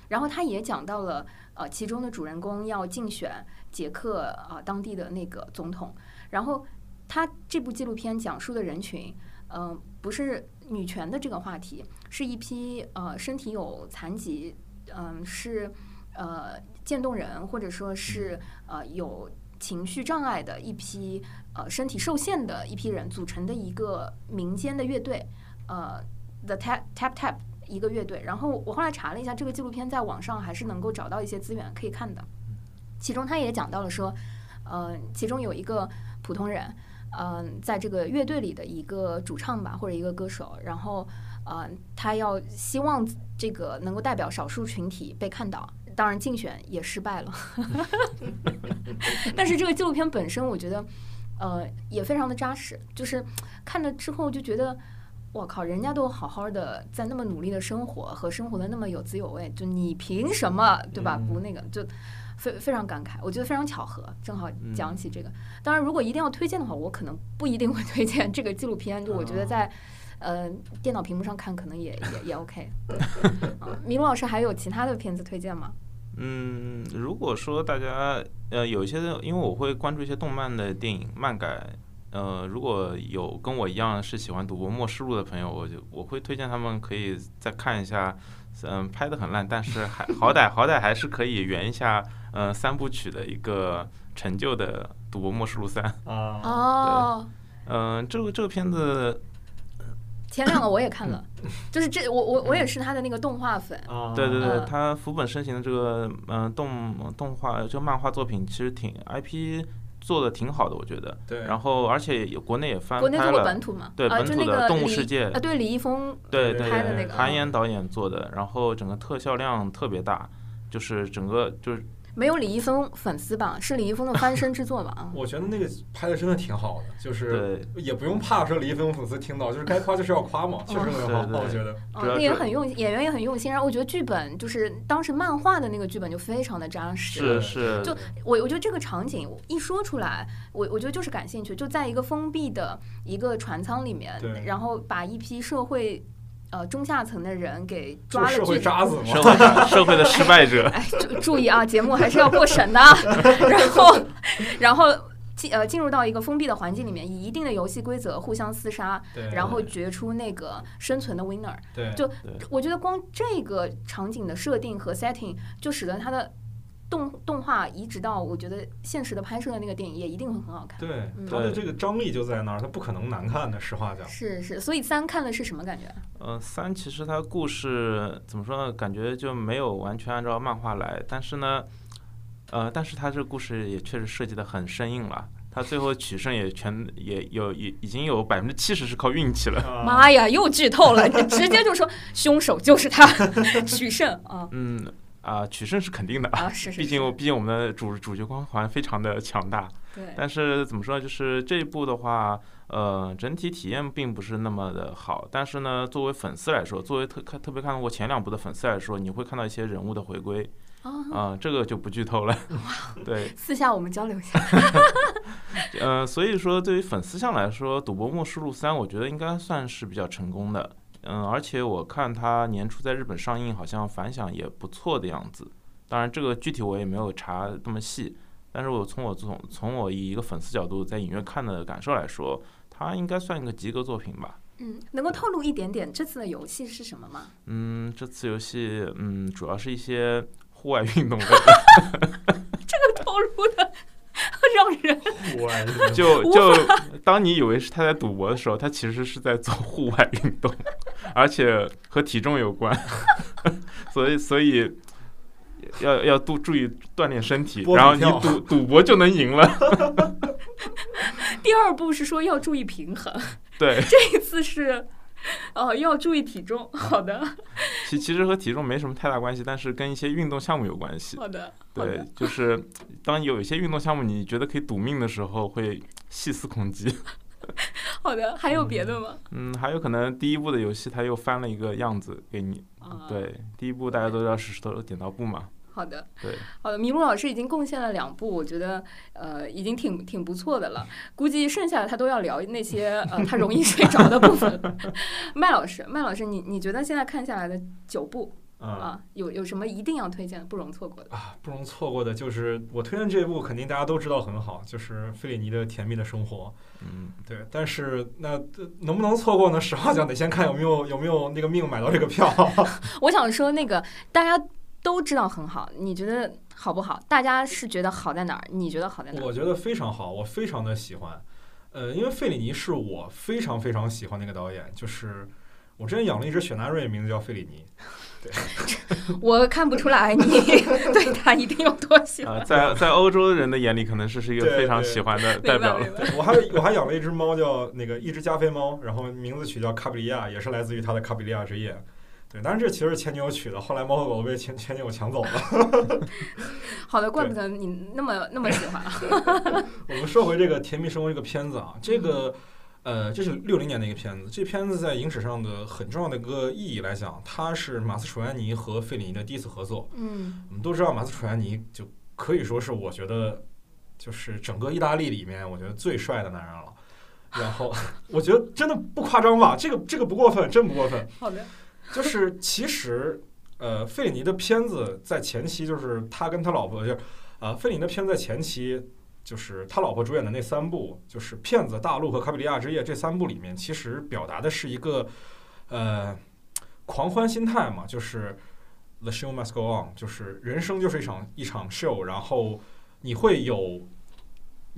然后他也讲到了，呃，其中的主人公要竞选捷克啊、呃当地的那个总统。然后他这部纪录片讲述的人群，嗯、不是女权的这个话题，是一批呃身体有残疾，嗯、是呃渐冻人或者说是呃有情绪障碍的一批呃身体受限的一批人组成的一个民间的乐队，呃 The Tap Tap Tap 一个乐队。然后我后来查了一下，这个纪录片在网上还是能够找到一些资源可以看的。其中他也讲到了说，呃，其中有一个普通人，嗯、在这个乐队里的一个主唱吧，或者一个歌手，然后呃，他要希望这个能够代表少数群体被看到。当然，竞选也失败了， [LAUGHS] 但是这个纪录片本身，我觉得，呃，也非常的扎实。就是看了之后就觉得，我靠，人家都好好的在那么努力的生活和生活的那么有滋有味，就你凭什么对吧？嗯不那个，就非非常感慨。我觉得非常巧合，正好嗯讲起这个。当然，如果一定要推荐的话，我可能不一定会推荐这个纪录片。就我觉得哦在呃，电脑屏幕上看可能也也也 OK。对， [LAUGHS] 嗯麋鹿老师还有其他的片子推荐吗？嗯，如果说大家呃有一些，因为我会关注一些动漫的电影漫改，呃，如果有跟我一样是喜欢《赌博默示录》的朋友，我就我会推荐他们可以再看一下，嗯、拍的很烂，但是还好歹好歹还是可以圆一下，呃，三部曲的一个成就的《赌博默示录三》。啊，哦，嗯、这个这个片子，前两个我也 [LAUGHS] 看了，就是这我我我也是他的那个动画粉。啊对对对，嗯它福本身行的这个嗯、呃动动画这个漫画作品，其实挺 IP 做的挺好的，我觉得。对，然后而且有国内也翻国内拍做过了本，土嘛？对啊，本就土那的个动物李世界啊，对，李易峰对对拍的对那，个韩嗯延导演做的，然后整个特效量特别大，就是整个就是没有李易峰粉丝吧？是李易峰的翻身之作吧？ [LAUGHS] 啊，我觉得那个拍的真的挺好的，就是对也不用怕说李易峰粉丝听到，就是该夸就是要夸嘛，确实很好，对对我觉得。哦主要那也是很用演员也很用心，然后我觉得剧本就是当时漫画的那个剧本就非常的扎实。是是就我我觉得这个场景一说出来，我我觉得就是感兴趣，就在一个封闭的一个船舱里面对，然后把一批社会呃中下层的人给抓就了社去，会。渣子嘛社，会上社会的失败者 [LAUGHS] 哎，注注意啊，节目还是要过审的啊。 [LAUGHS] 然后，然后进呃进入到一个封闭的环境里面，以一定的游戏规则互相厮杀，对，然后决出那个生存的 winner。对就我觉得光这个场景的设定和 setting 就使得它的动动画移植到我觉得现实的拍摄的那个电影也一定会很好看。对嗯他的这个张力就在那儿，他不可能难看的，实话讲。是是，所以三看了是什么感觉？嗯，三其实它故事怎么说呢？感觉就没有完全按照漫画来，但是呢，呃，但是它这个故事也确实设计的很生硬了。它最后取胜也全也有也已经有百分之七十是靠运气了。啊妈 [LAUGHS] 呀，又剧透了，直接就说凶手就是他，许胜啊。嗯，啊、取胜是肯定的，啊，是是是，毕竟我毕竟我们的主主角光环非常的强大，对，但是怎么说呢？就是这一部的话，呃，整体体验并不是那么的好。但是呢，作为粉丝来说，作为特看特别看过前两部的粉丝来说，你会看到一些人物的回归啊，啊、这个就不剧透了。 [LAUGHS] 对，私下我们交流一下，呃，所以说对于粉丝向来说，《赌博默示录三》我觉得应该算是比较成功的。嗯，而且我看它年初在日本上映，好像反响也不错的样子。当然，这个具体我也没有查那么细，但是我从我从从我以一个粉丝角度在影院看的感受来说，它应该算一个及格作品吧。嗯，能够透露一点点这次的游戏是什么吗？嗯，这次游戏嗯，主要是一些户外运动 [LAUGHS] 类透露的让人我的，就就当你以为是他在赌博的时候，他其实是在做户外运动，而且和体重有关， [LAUGHS] 所以所以要要多注意锻炼身体，波比然后你跳赌赌博就能赢了。第二步是说要注意平衡， [LAUGHS] 对，这次是。哦，要注意体重。好的，其其实和体重没什么太大关系，但是跟一些运动项目有关系。好的，好对的。，就是当有一些运动项目你觉得可以赌命的时候，会细思恐极。 [LAUGHS] 好的，还有别的吗？嗯，还有可能第一部的游戏它又翻了一个样子给你。啊，，嗯对，第一部大家都知道是石头剪刀布嘛。好的，对，好的，麋鹿老师已经贡献了两部，我觉得呃已经挺挺不错的了。估计剩下的他都要聊那些呃他容易睡着的部分。 [LAUGHS] 麦老师，麦老师，你你觉得现在看下来的九部嗯啊啊，有有什么一定要推荐的、不容错过的？啊，不容错过的就是我推荐这一部，肯定大家都知道很好，就是费里尼的《甜蜜的生活》。嗯，对，但是那呃能不能错过呢？实话讲，得先看有没有有没有那个命买到这个票。我想说那个大家都知道很好，你觉得好不好？大家是觉得好在哪儿？你觉得好在哪儿？我觉得非常好，我非常的喜欢。呃，因为费里尼是我非常非常喜欢的一个导演，就是我之前养了一只雪纳瑞，名字叫费里尼。我看不出来你 [LAUGHS] 对他一定有多喜欢。呃，在在欧洲人的眼里，可能是是一个对非常对喜欢的代明白表明了。白。对我还我还养了一只猫叫那个一只加菲猫，然后名字取叫卡比利亚，也是来自于它的《卡比利亚之夜》。对，但是这其实是前女友取的，后来猫和狗被前前女友抢走了。 [LAUGHS] 好的，怪不得你那么那么喜欢啊。我们说回这个《甜蜜生活》这个片子啊，这个呃，这是六零年的一个片子。这片子在影史上的很重要的一个意义来讲，它是马斯楚安尼和费里尼的第一次合作。嗯我们都知道马斯楚安尼就可以说是我觉得就是整个意大利里面我觉得最帅的男人了。然后 [LAUGHS] 我觉得真的不夸张吧，这个这个不过分，真不过分。好的，就是其实，呃，费里尼的片子在前期就是他跟他老婆，就是呃，费里尼的片子在前期就是他老婆主演的那三部，就是《骗子》《大陆》和《卡比利亚之夜》这三部里面，其实表达的是一个呃狂欢心态嘛，就是 the show must go on，就是人生就是一场一场 show，然后你会有。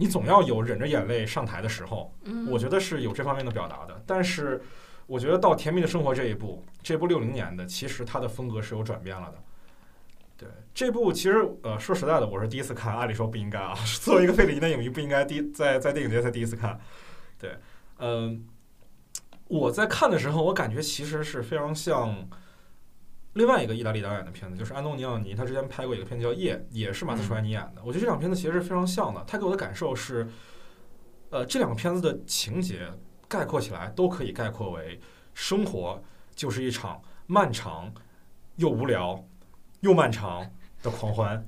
你总要有忍着眼泪上台的时候，嗯，我觉得是有这方面的表达的。但是，我觉得到《甜蜜的生活》这一步，这部六零年的，其实它的风格是有转变了的。对这部，其实呃，说实在的，我是第一次看，按理说不应该啊， [LAUGHS] 作为一个费里尼的影迷，不应该第一在在电影节才第一次看。对，嗯、我在看的时候，我感觉其实是非常像。另外一个意大利导演的片子就是安东尼奥尼，他之前拍过一个片子叫《夜》，也是马斯楚安尼演的。我觉得这两个片子其实是非常像的。他给我的感受是，呃，这两个片子的情节概括起来都可以概括为：生活就是一场漫长又无聊又漫长的狂欢。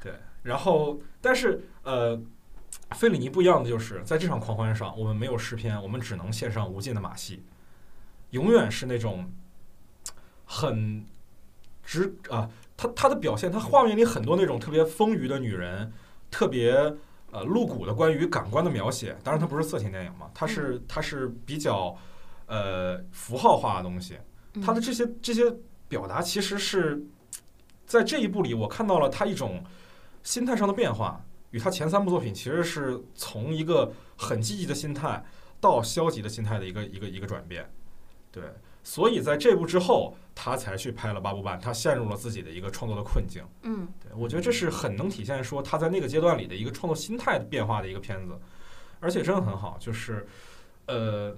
对，然后但是呃，费里尼不一样的就是，在这场狂欢上，我们没有诗篇，我们只能献上无尽的马戏，永远是那种很直啊。他他的表现，他画面里很多那种特别丰腴的女人，特别呃露骨的关于感官的描写。当然，它不是色情电影嘛，它是它是比较呃符号化的东西。嗯他的这些这些表达其实是在这一部里，我看到了他一种心态上的变化，与他前三部作品其实是从一个很积极的心态到消极的心态的一个一个一个转变。对，所以在这部之后，他才去拍了八部半，他陷入了自己的一个创作的困境。嗯对，我觉得这是很能体现说他在那个阶段里的一个创作心态的变化的一个片子，而且真的很好，就是，呃，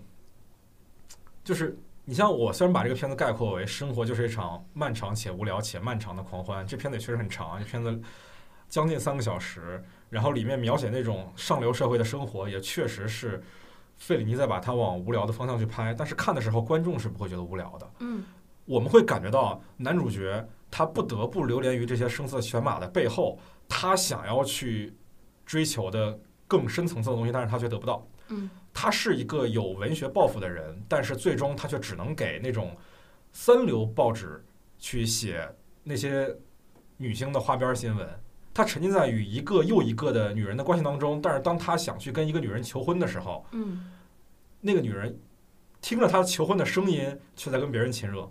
就是你像我虽然把这个片子概括为生活就是一场漫长且无聊且漫长的狂欢，这片子也确实很长，这片子将近三个小时，然后里面描写那种上流社会的生活，也确实是费里尼在把它往无聊的方向去拍，但是看的时候观众是不会觉得无聊的，嗯我们会感觉到男主角他不得不流连于这些声色犬马的背后，他想要去追求的更深层次的东西，但是他却得不到。嗯他是一个有文学抱负的人，但是最终他却只能给那种三流报纸去写那些女星的花边新闻。他沉浸在与一个又一个的女人的关系当中，但是当他想去跟一个女人求婚的时候，嗯那个女人听着他求婚的声音，却在跟别人亲热，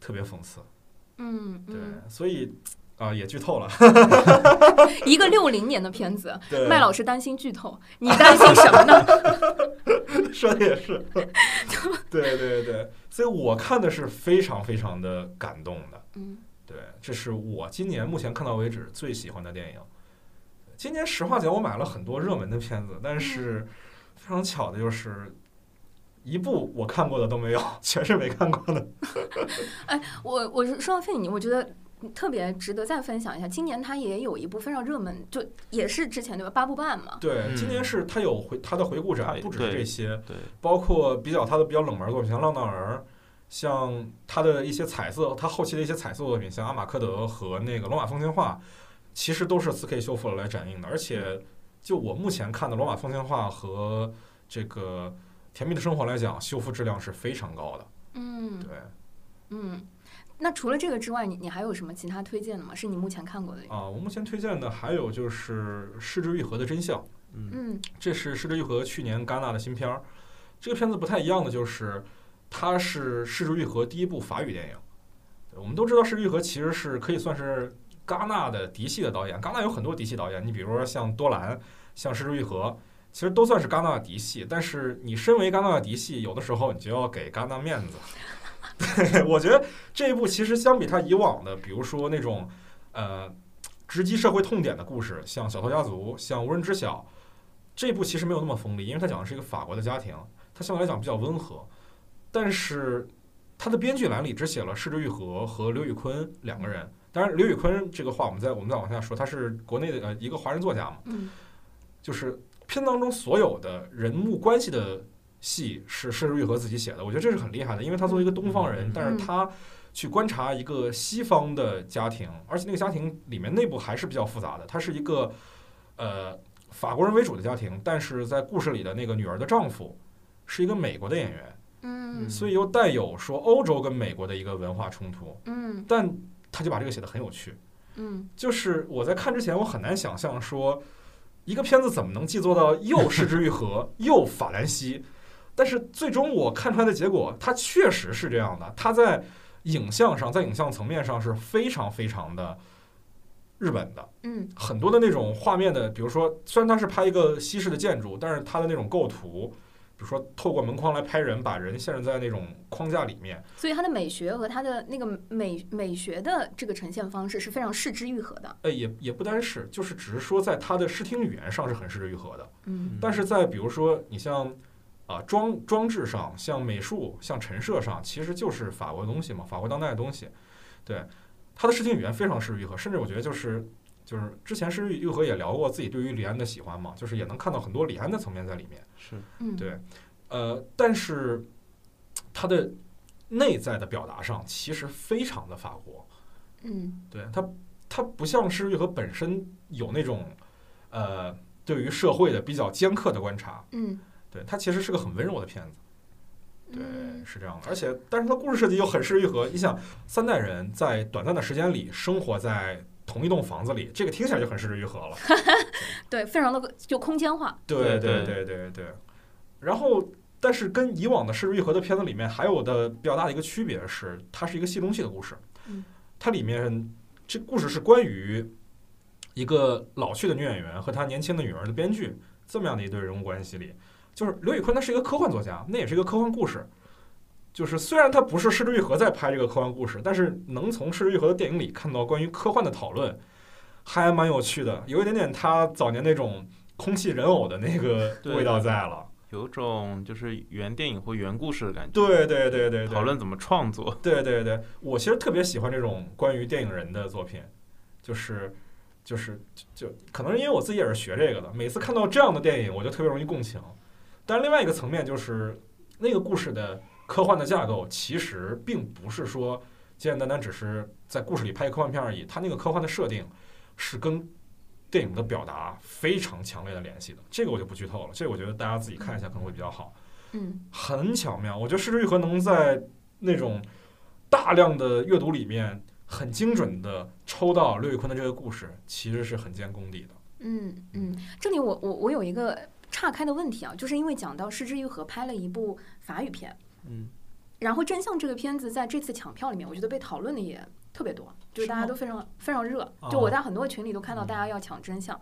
特别讽刺。嗯对，嗯，所以啊、也剧透了。一个六零年的片子，对，麦老师担心剧透，你担心什么 [LAUGHS] 呢？说的也是。 [LAUGHS] 对对对，所以我看的是非常非常的感动的。嗯对，这是我今年目前看到为止最喜欢的电影。今年实话讲，我买了很多热门的片子，但嗯是非常巧的就是，一部我看过的都没有， [LAUGHS] 全是没看过的。我我是说到费里尼，我觉得特别值得再分享一下。今年他也有一部非常热门，就也是之前对吧？八部半嘛。对，嗯今年是他有回他的回顾展他，不只是对这些，对，包括比较他的比较冷门的作品，像《浪荡儿》，像他的一些彩色，他后期的一些彩色作品，像《阿马科德》和那个《罗马风情画》，其实都是 4K 修复了来展映的。而且，就我目前看的《罗马风情画》和这个《甜蜜的生活》来讲，修复质量是非常高的。嗯对嗯。那除了这个之外，你你还有什么其他推荐的吗？是你目前看过的？啊，我目前推荐的还有就是《失之愈合的真相》。嗯嗯这是《失之愈合》去年戛纳的新片儿。这个片子不太一样的就是，它是《失之愈合》第一部法语电影。对我们都知道，《失之愈合》其实是可以算是戛纳的嫡系的导演。戛纳有很多嫡系导演，你比如说像多兰、像《失之愈合》，其实都算是戛纳的嫡系。但是你身为戛纳的嫡系，有的时候你就要给戛纳面子。 [LAUGHS] 对，我觉得这一部其实相比他以往的，比如说那种呃直击社会痛点的故事，像《小偷家族》、像《无人知晓》，这部其实没有那么锋利，因为它讲的是一个法国的家庭，它相对来讲比较温和。但是它的编剧栏里只写了施之愈合和刘宇昆两个人。当然，刘宇昆这个话我们再我们再往下说，他是国内的呃一个华人作家嘛，嗯就是片当中所有的人物关系的戏是施之愈合自己写的，我觉得这是很厉害的，因为他作为一个东方人嗯，但是他去观察一个西方的家庭，而且那个家庭里面内部还是比较复杂的，它是一个呃法国人为主的家庭，但是在故事里的那个女儿的丈夫是一个美国的演员，嗯所以又带有说欧洲跟美国的一个文化冲突，嗯但他就把这个写得很有趣。嗯就是我在看之前，我很难想象说，一个片子怎么能既做到又失之愈合又法兰西，但是最终我看出来的结果，它确实是这样的。它在影像上，在影像层面上是非常非常的日本的，嗯很多的那种画面的，比如说，虽然它是拍一个西式的建筑，但是它的那种构图。比如说，透过门框来拍人，把人限制在那种框架里面。所以他的美学和他的那个美美学的这个呈现方式是非常视之愈合的。呃，也也不单是，就是只是说，在它的视听语言上是很失之愈合的。嗯但是在比如说你像啊装装置上，像美术、像陈设上，其实就是法国的东西嘛，法国当代的东西。对，它的视听语言非常适于愈合，甚至我觉得就是就是之前是愈合也聊过自己对于李安的喜欢嘛，就是也能看到很多李安的层面在里面。是嗯对呃，但是它的内在的表达上其实非常的法国。嗯对它，它不像施玉和本身有那种，呃，对于社会的比较尖刻的观察，嗯对，它其实是个很温柔的片子，对，嗯是这样的。而且，但是它故事设计又很适愈合。你想，三代人在短暂的时间里生活在同一栋房子里，这个听起来就很适愈合 [LAUGHS] 了。对，非常的就空间化。对对对对对。然后，但是跟以往的失之愈合的片子里面还有的比较大的一个区别是，它是一个系中戏的故事。嗯它里面这故事是关于一个老去的女演员和她年轻的女儿的编剧这么样的一对人物关系里，就是刘宇昆他是一个科幻作家，那也是一个科幻故事。就是虽然他不是失之愈合在拍这个科幻故事，但是能从失之愈合的电影里看到关于科幻的讨论，还蛮有趣的，有一点点他早年那种空气人偶的那个对味道在了。有种就是原电影或原故事的感觉。对对对对对，讨论怎么创作。对对对，我其实特别喜欢这种关于电影人的作品，就是就是就就可能是因为我自己也是学这个的，每次看到这样的电影，我就特别容易共情。但是另外一个层面就是那个故事的科幻的架构，其实并不是说简简单单只是在故事里拍科幻片而已，它那个科幻的设定是跟电影的表达非常强烈的联系的。这个我就不剧透了，这个我觉得大家自己看一下可能会比较好。嗯很巧妙。我觉得《失之愈合》能在那种大量的阅读里面，很精准的抽到刘宇坤的这个故事，其实是很见功底的。嗯嗯，这里我我我有一个岔开的问题啊，就是因为讲到失之愈合拍了一部法语片，嗯，然后《真相》这个片子在这次抢票里面，我觉得被讨论的也特别多，就是大是吗家都非常非常热哦。就我在很多群里都看到嗯大家要抢《真相》，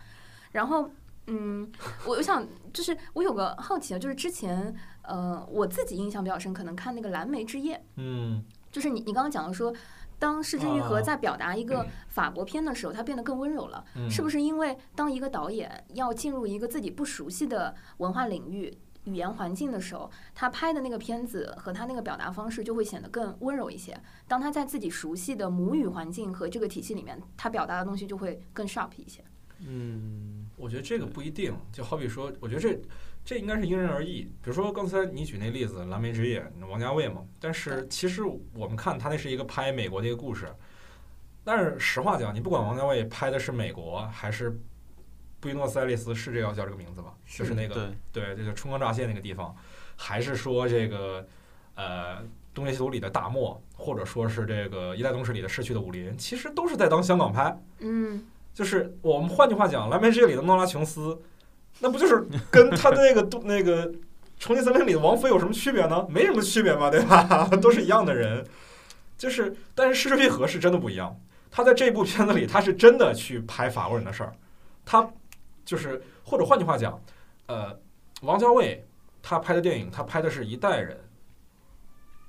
然后嗯，我我想就是我有个好奇啊，就是之前呃我自己印象比较深，可能看那个《蓝莓之夜》，嗯，就是你你刚刚讲到说，当失之愈合哦啊在表达一个嗯法国片的时候，它变得更温柔了。是嗯不是？是因为当一个导演要进入一个自己不熟悉的文化领域、语言环境的时候，他拍的那个片子和他那个表达方式就会显得更温柔一些？当他在自己熟悉的母语环境和这个体系里面，他表达的东西就会更 sharp 一些。嗯，我觉得这个不一定。就好比说，我觉得这这应该是因人而异。比如说刚才你举那例子《蓝莓之夜》，王家卫嘛，但是其实我们看他那是一个拍美国的一个故事。但是实话讲，你不管王家卫拍的是美国还是布宜诺斯艾利斯，是这个叫这个名字吧？就是那个对，对，这就春光乍泄那个地方，还是说这个呃东邪西毒里的大漠，或者说是这个一代宗师里的逝去的武林，其实都是在当香港拍。嗯，就是我们换句话讲，《蓝莓之夜》里的诺拉琼斯，那不就是跟他的那个都那个《重庆森林》里的王菲有什么区别呢？没什么区别嘛，对吧？ [LAUGHS] 都是一样的人。就是，但是《失之愈合》是真的不一样。他在这部片子里，他是真的去拍法国人的事儿。他就是，或者换句话讲，呃，王家卫他拍的电影，他拍的是一代人，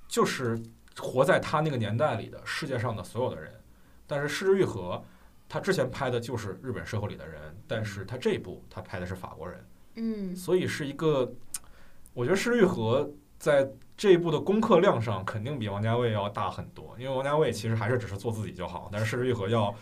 就是活在他那个年代里的世界上的所有的人。但是《失之愈合》他之前拍的就是日本社会里的人，但嗯是他这一部他拍的是法国人，嗯所以是一个，我觉得施玉和在这一部的功课量上肯定比王家卫要大很多，因为王家卫其实还是只是做自己就好，但是施玉和要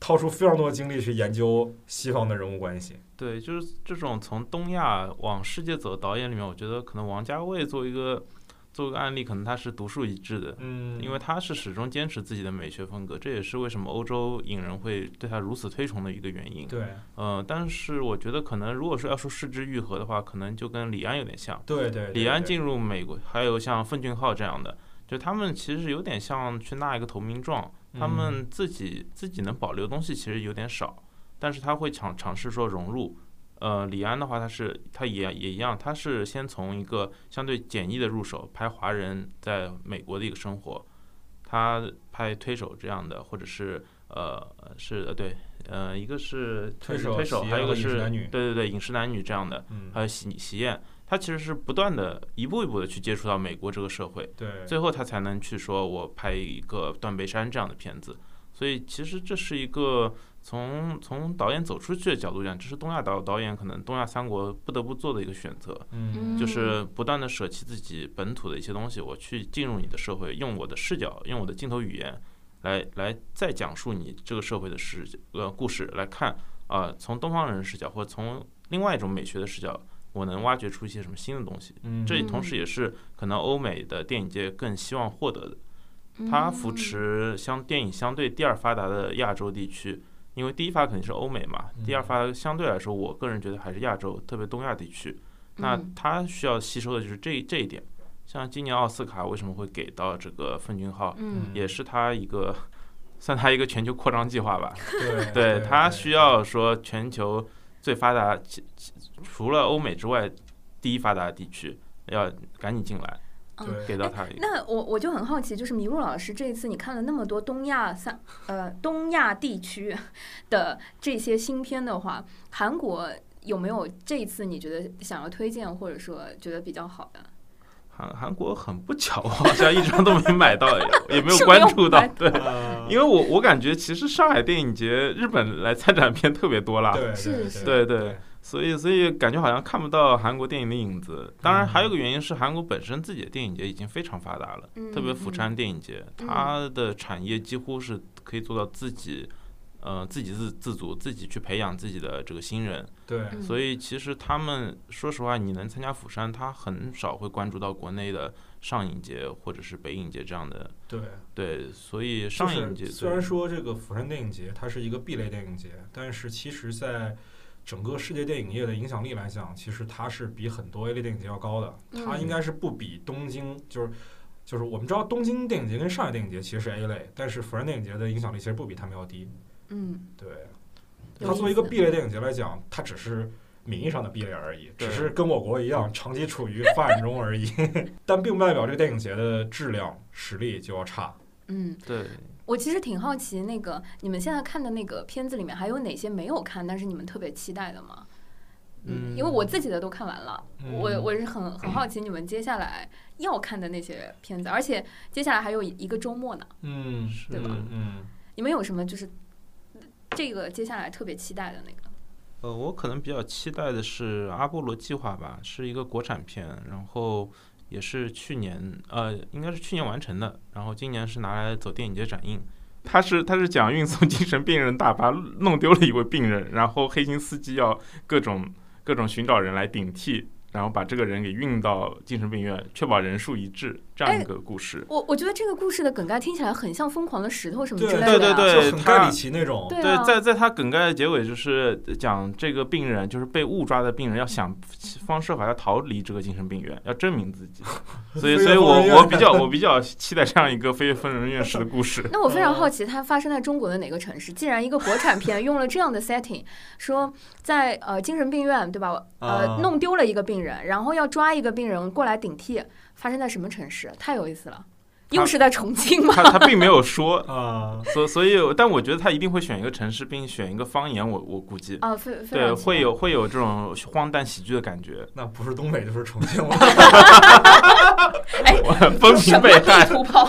掏出非常多的精力去研究西方的人物关系。对，就是这种从东亚往世界走的导演里面，我觉得可能王家卫作为一个作为一个案例，可能他是独树一帜的，嗯因为他是始终坚持自己的美学风格，这也是为什么欧洲影人会对他如此推崇的一个原因。对呃，但是我觉得可能如果说要说失之愈合的话，可能就跟李安有点像。对对，李安对进入美国，还有像奉俊昊这样的，就他们其实有点像去纳一个投名状，他嗯们自己自己能保留的东西其实有点少，但是他会尝尝试说融入。呃，李安的话，他是他也也一样，他是先从一个相对简易的入手，拍华人在美国的一个生活，他拍推手这样的，或者是呃是呃对，呃一个是推手推手，喜还有宴和饮一个食是男女对对对饮食男女这样的，嗯还有喜喜宴，他其实是不断的一步一步的去接触到美国这个社会，对最后他才能去说我拍一个《断背山》这样的片子。所以其实这是一个从从导演走出去的角度讲，这是东亚导导演可能东亚三国不得不做的一个选择，嗯就是不断的舍弃自己本土的一些东西，我去进入你的社会，用我的视角，用我的镜头语言来来再讲述你这个社会的事呃故事来看啊、从东方人的视角或者从另外一种美学的视角，我能挖掘出一些什么新的东西。嗯这里同时也是可能欧美的电影界更希望获得的。嗯嗯它扶持相电影相对第二发达的亚洲地区，因为第一发肯定是欧美嘛，第二嗯发相对来说，我个人觉得还是亚洲，特别东亚地区。那嗯它需要吸收的就是这这一点。像今年奥斯卡为什么会给到这个奉俊昊，嗯也是他一个算他一个全球扩张计划吧。对对他需要说全球最发达，其其除了欧美之外，第一发达的地区要赶紧进来，嗯对给到他一个。那我我就很好奇，就是麋鹿老师这一次你看了那么多东亚三呃东亚地区 [LAUGHS] 的这些新片的话，韩国有没有这一次你觉得想要推荐或者说觉得比较好的？韩韩国很不巧，我好像一张都没买到，也也没有是没关有注到买。对，呃因为我我感觉其实上海电影节日本来参展片特别多啦，对是对是对对对，所以所以感觉好像看不到韩国电影的影子。当然，嗯还有一个原因是韩国本身自己的电影节已经非常发达了，嗯特别釜山电影节，嗯它的产业几乎是可以做到自己。呃，自给自自足，自己去培养自己的这个新人，对，嗯所以其实他们说实话，你能参加釜山，他很少会关注到国内的上影节或者是北影节这样的。对，对，所以就上影节是虽然对说这个釜山电影节它是一个 B 类电影节，但是其实在整个世界电影业的影响力来讲，其实它是比很多 A 类电影节要高的。它嗯应该是不比东京，就是就是我们知道东京电影节跟上海电影节其实是 A 类，但是釜山电影节的影响力其实不比他们要低。嗯，对，有它作为一意个思 B 类电影节来讲，它只是名义上的 B 类而已，对只是跟我国一样长期处于发展中而已， [LAUGHS] 但并不代表这个电影节的质量实力就要差。嗯，对，我其实挺好奇，那个你们现在看的那个片子里面还有哪些没有看，但是你们特别期待的吗？嗯，因为我自己的都看完了，我我是很很好奇你们接下来要看的那些片子，而且接下来还有一个周末呢，嗯是对吧嗯你们有什么就是这个接下来特别期待的那个？呃，我可能比较期待的是《阿波罗计划》吧，是一个国产片，然后也是去年呃，应该是去年完成的，然后今年是拿来走电影节展映。它是它是讲运送精神病人大巴弄丢了一位病人，然后黑心司机要各种各种寻找人来顶替，然后把这个人给运到精神病院，确保人数一致这样哎一个故事。我我觉得这个故事的梗概听起来很像《疯狂的石头》什么之对类的、对对就很它盖里奇那种，对对啊，。在在他梗概的结尾，就是讲这个病人，就是被误抓的病人，要想方设法要逃离这个精神病院，要证明自己。所以，飞越所疯以人我院我比较我比较期待这样一个非疯人院式的故事 [LAUGHS] 那我非常好奇，它发生在中国的哪个城市？既然一个国产片用了这样的 setting，说在呃精神病院对吧？呃啊，弄丢了一个病人，然后要抓一个病人过来顶替，发生在什么城市？太有意思了！它又是在重庆吗？他他并没有说，啊，所所以，但我觉得他一定会选一个城市，并选一个方言。我我估计，啊，非非对，常期待会有会有这种荒诞喜剧的感觉，那不是东北就是重庆了。哎，[LAUGHS] 风什平么北地汉图炮？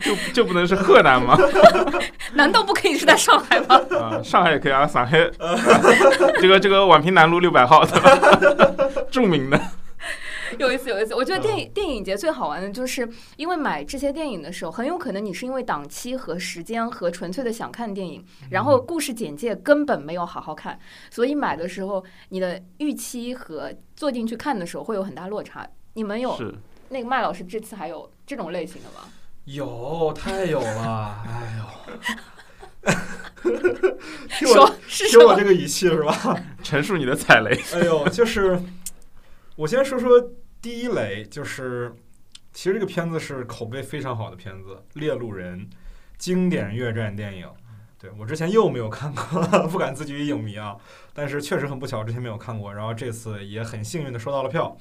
就就不能是河南吗？难道不可以是在上海吗？啊，上海也可以啊，上海， [LAUGHS] 这个这个宛平南路六百号的著名的， [LAUGHS] 有意思，有意思。我觉得电嗯影电影节最好玩的就是，因为买这些电影的时候，很有可能你是因为档期和时间和纯粹的想看电影，然嗯后故事简介根本没有好好看，所以买的时候你的预期和坐进去看的时候会有很大落差。你们有是那个麦老师这次还有这种类型的吗？有，太有了，哎呦！ [LAUGHS] 听我说是什听我么？这个语气是吧？陈述你的踩雷， [LAUGHS] 哎呦，就是我先说说第一雷，就是其实这个片子是口碑非常好的片子，《猎鹿人》经典越战电影。对我之前又没有看过， [LAUGHS] 不敢自居影迷啊，但是确实很不巧，之前没有看过，然后这次也很幸运的收到了票，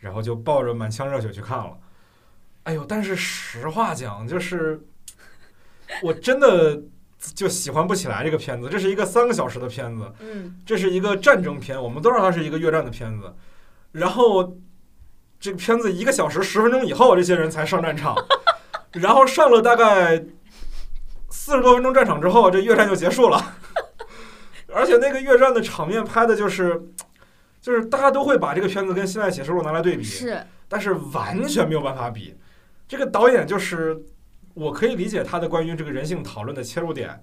然后就抱着满腔热血去看了。哎呦，但是实话讲，就是我真的就喜欢不起来这个片子，这是一个三个小时的片子，嗯，这是一个战争片，我们都让它是一个越战的片子。然后这个片子一个小时十分钟以后，这些人才上战场， [LAUGHS] 然后上了大概四十多分钟战场之后，这越战就结束了。 [LAUGHS] 而且那个越战的场面拍的就是，就是大家都会把这个片子跟《现代启示录》拿来对比，嗯是但是完全没有办法比。这个导演就是，我可以理解他的关于这个人性讨论的切入点，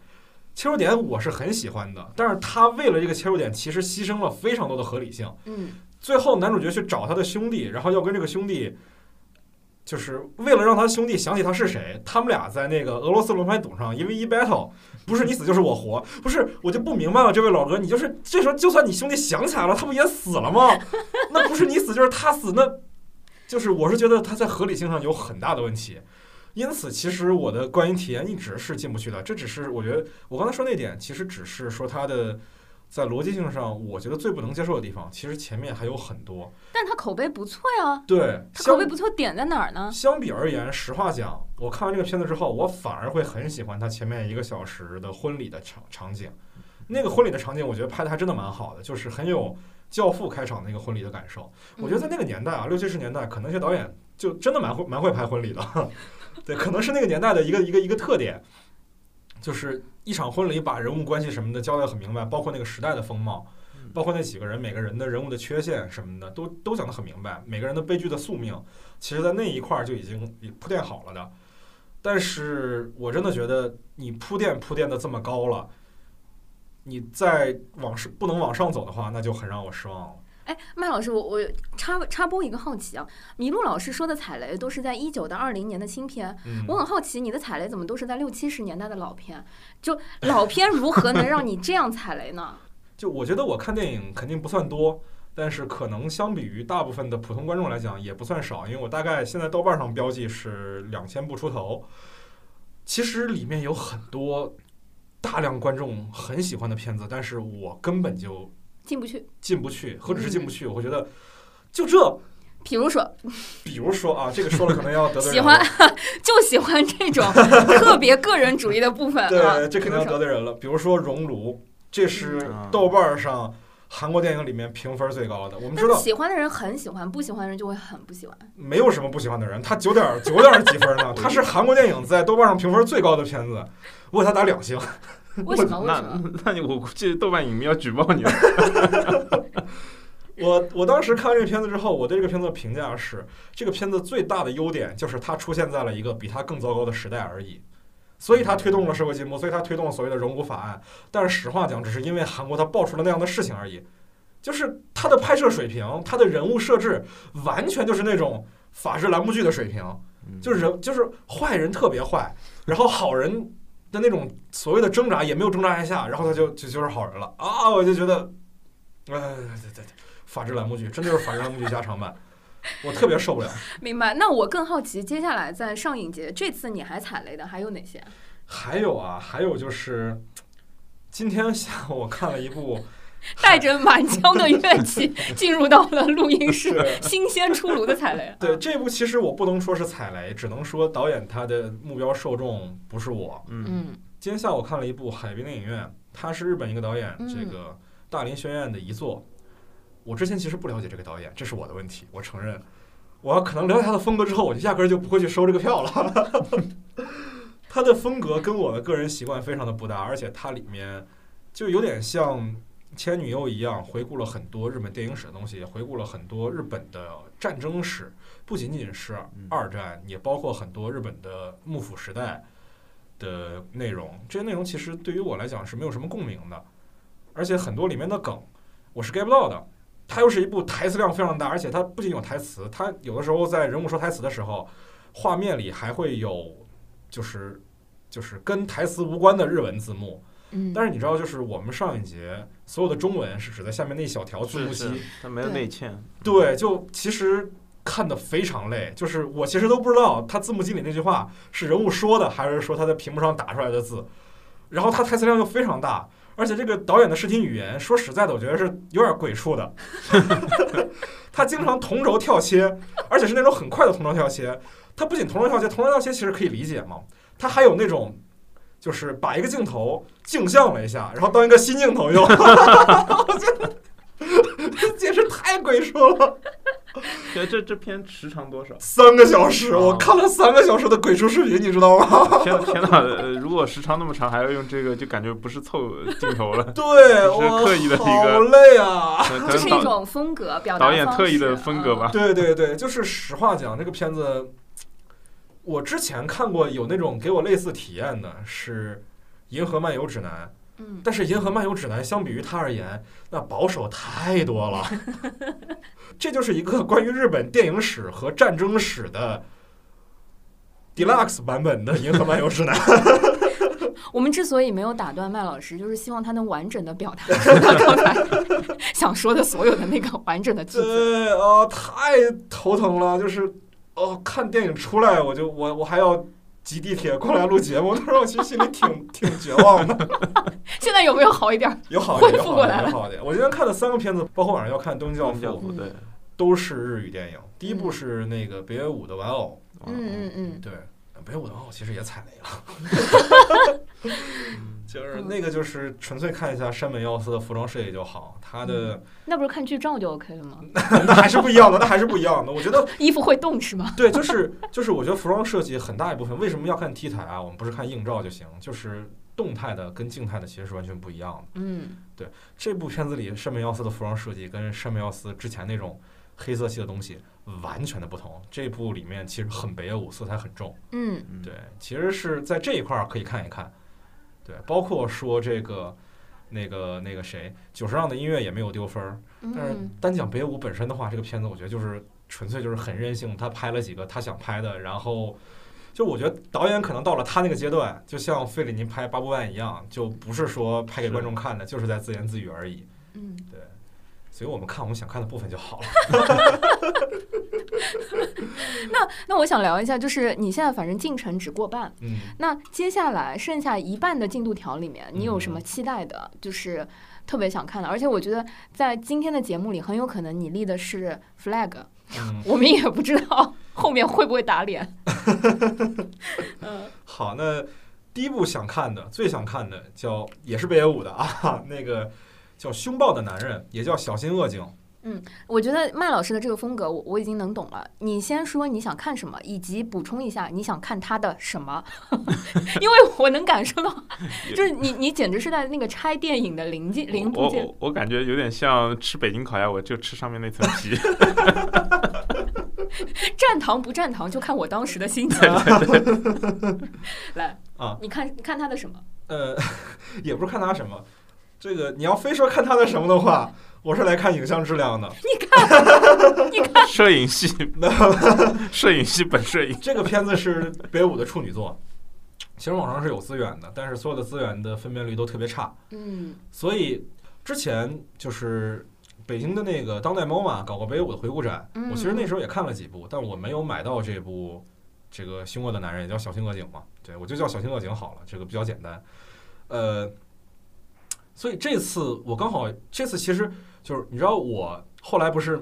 切入点我是很喜欢的，但是他为了这个切入点，其实牺牲了非常多的合理性。嗯最后男主角去找他的兄弟，然后要跟这个兄弟，就是为了让他兄弟想起他是谁，他们俩在那个俄罗斯轮盘赌上一 v 一 battle，不是你死就是我活，不是我就不明白了，这位老哥，你就是这时候就算你兄弟想起来了，他不也死了吗？那不是你死就是他死，那就是我是觉得他在合理性上有很大的问题。因此，其实我的观影体验一直是进不去的。这只是我觉得我刚才说那点，其实只是说他的在逻辑性上，我觉得最不能接受的地方。其实前面还有很多。但它口碑不错呀。对，它口相碑嗯不错点在哪儿呢？相比而言，实话讲，我看完这个片子之后，我反而会很喜欢他前面一个小时的婚礼的场场景。那个婚礼的场景，我觉得拍的还真的蛮好的，就是很有《教父》开场那个婚礼的感受。我觉得在那个年代啊，六七十年代，可能这些导演就真的蛮会蛮会拍婚礼的， [LAUGHS] 对，可能是那个年代的一个一个一个特点，就是一场婚礼把人物关系什么的交代得很明白，包括那个时代的风貌。包括那几个人每个人的人物的缺陷什么的，都都讲得很明白，每个人的悲剧的宿命，其实在那一块儿就已经铺垫好了的。但是我真的觉得你铺垫铺垫的这么高了，你再往上不能往上走的话，那就很让我失望了。哎，麦老师，我我插插播一个好奇啊，麋鹿老师说的踩雷都是在一九到二零年的新片，嗯我很好奇你的踩雷怎么都是在六七十年代的老片？就老片如何能让你这样踩雷呢？就我觉得我看电影肯定不算多，但是可能相比于大部分的普通观众来讲也不算少，因为我大概现在豆瓣上标记是两千部出头。其实里面有很多大量观众很喜欢的片子，但是我根本就进不去。进不去，何止是进嗯不去，我觉得就这，比如说，比如说啊，这个说了可能要得罪人喜欢就喜欢这种特别个人主义的部分 [LAUGHS] 啊。对，这肯定要得罪人了。比如说《熔炉》，这是嗯豆瓣上韩国电影里面评分最高的。我们比知如说但道是喜欢的人很喜欢，不喜欢的人就会很不喜 [LAUGHS] 欢。没有什么不喜欢的人，他九点九点几分呢？他是韩国电影在豆瓣上评分最高的片子，我给他打两星。为什么？为 [LAUGHS] 那什 [LAUGHS] 么？那你我估计豆瓣影迷要举报你了。我我当时看完这个片子之后，我对这个片子的评价是：这个片子最大的优点就是它出现在了一个比它更糟糕的时代而已。所以它推动了社会进步，所以它推动了所谓的“融骨法案”。但是实话讲，只是因为韩国它爆出了那样的事情而已。就是它的拍摄水平，它的人物设置，完全就是那种法制栏目剧的水平。嗯就是人就是坏人特别坏，然后好人的那种所谓的挣扎也没有挣扎一下，然后他就就就是好人了啊！我就觉得，哎，对对对，法制栏目剧真的就是法制栏目剧加长版， [LAUGHS] 我特别受不了。明白。那我更好奇，接下来在上影节这次你还踩雷的还有哪些？还有啊，还有就是今天下午我看了一部带着满腔的怨 [LAUGHS] 气进入到了录音室，是。新鲜出炉的踩雷。对这部，其实我不能说是踩雷，只能说导演他的目标受众不是我，嗯嗯今天下午看了一部《海滨电影院》，它是日本一个导演，嗯这个大林宣彦的遗作。我之前其实不了解这个导演，这是我的问题，我承认。我要可能了解他的风格之后，我就压根儿就不会去收这个票了。 [LAUGHS] 他的风格跟我的个人习惯非常的不搭，而且它里面就有点像《前女友》一样，回顾了很多日本电影史的东西，也回顾了很多日本的战争史，不仅仅是嗯二战，也包括很多日本的幕府时代的内容。这些内容其实对于我来讲是没有什么共鸣的，而且很多里面的梗我是 get 不到的。它又是一部台词量非常大，而且它不仅有台词，它有的时候在人物说台词的时候，画面里还会有就是就是跟台词无关的日文字幕。嗯但是你知道，就是我们上一节所有的中文是指在下面那一小条字幕是区是，他没有对内嵌。对，就其实看得非常累，就是我其实都不知道他字幕经理那句话是人物说的，还是说他在屏幕上打出来的字。然后他台词量又非常大，而且这个导演的视听语言，说实在的，我觉得是有点鬼畜的。 [LAUGHS] 他经常同轴跳切，而且是那种很快的同轴跳切。他不仅同轴跳切，同轴跳切其实可以理解嘛，他还有那种。就是把一个镜头镜像了一下，然后当一个新镜头用，我 [LAUGHS] 觉得简直太鬼畜了。？对，这这篇时长多少 [LAUGHS] 三个小时，啊我看了三个小时的鬼畜视频，你知道吗？，天天哪！呃如果时长那么长，还要用这个，就感觉不是凑镜头了 [LAUGHS] [LAUGHS] 对，是我刻意的一个好累啊！可能这是导一种风格表达导演方特意式嗯啊的风格吧。。对对对，就是实话讲，这个片子，我之前看过有那种给我类似体验的是《银河漫游指南》，嗯，但是《银河漫游指南》相比于它而言，那保守太多了。这就是一个关于日本电影史和战争史的 deluxe 版本的《银河漫游指南》。我们之所以没有打断麦老师， [LAUGHS] 就是希望他能完整的表达出他刚才想说的所有的那个完整的句呃子。对啊、太头疼了，就是哦，看电影出来我就我我还要挤地铁过来录节目，那时候其实心里挺挺绝 [LAUGHS] 望的。现在有没有好一点儿？有好一点，恢有复好过一来点，了有好一点。我今天看了三个片子，包括晚上要看《东京教父宗》，教父不对，都是日语电影。第一嗯部是那个北野武的《玩偶嗯嗯嗯》，，对，北野武的《玩偶》其实也踩雷了。嗯就是那个，就是纯粹看一下山本耀司的服装设计就好，他的那不是看剧照就 OK 了吗？ [LAUGHS] 那还是不一样的，那还是不一样的。我觉得衣服会动是吗？ [LAUGHS] 对，就是就是，我觉得服装设计很大一部分为什么要看 T 台啊？我们不是看硬照就行，就是动态的跟静态的其实是完全不一样的。嗯这部片子里山本耀司的服装设计跟山本耀司之前那种黑色系的东西完全的不同。这部里面其实很北野武，色彩很重。嗯嗯，对，其实是在这一块儿可以看一看。对，包括说这个。那个那个谁，久石让的音乐也没有丢分儿，但是嗯单讲北野武本身的话，这个片子我觉得就是纯粹就是很任性，他拍了几个他想拍的，然后就我觉得导演可能到了他那个阶段，就像费里尼拍《八部半》一样，就不是说拍给观众看的，就是在自言自语而已。嗯，所以我们看我们想看的部分就好了。 [LAUGHS] 那我想聊一下，就是你现在反正进程只过半，嗯，那接下来剩下一半的进度条里面，你有嗯什么期待的？就是特别想看的，而且我觉得在今天的节目里，很有可能你立的是 [LAUGHS] flag，嗯我们也不知道 [LAUGHS] 后面会不会打脸。嗯好，那第一部想看的、最想看的叫也是北野武的啊， [LAUGHS] 那个叫《凶暴的男人》，也叫《小心恶警》。我觉得麦老师的这个风格我，我已经能懂了。你先说你想看什么，以及补充一下你想看他的什 [LAUGHS] 么，因为我能感受到，就是你你简直是在那个拆电影的零件零部我件。我我感觉有点像吃北京烤鸭，我就吃上面那层皮。 [LAUGHS] 站堂不站堂，就看我当时的心情。 [LAUGHS] 来啊，你看你看他的什么？ [LAUGHS] 呃， [LAUGHS] 也不是看他什么，这个你要非说看他的什么的话，我是来看影像质量的。摄影 [LAUGHS] 系，摄影系本摄影。这个片子是北野武的处女作，其实网上是有资源的，但是所有的资源的分辨率都特别差，嗯所以之前就是。北京的那个当代 MOMA 搞过北野武的回顾展，嗯我其实那时候也看了几部，但我没有买到这部这个《凶恶的男人》，也叫《小心恶警》嘛，对我就叫《小心恶警》好了，这个比较简单。呃，所以这次我刚好这次其实就是你知道我后来不是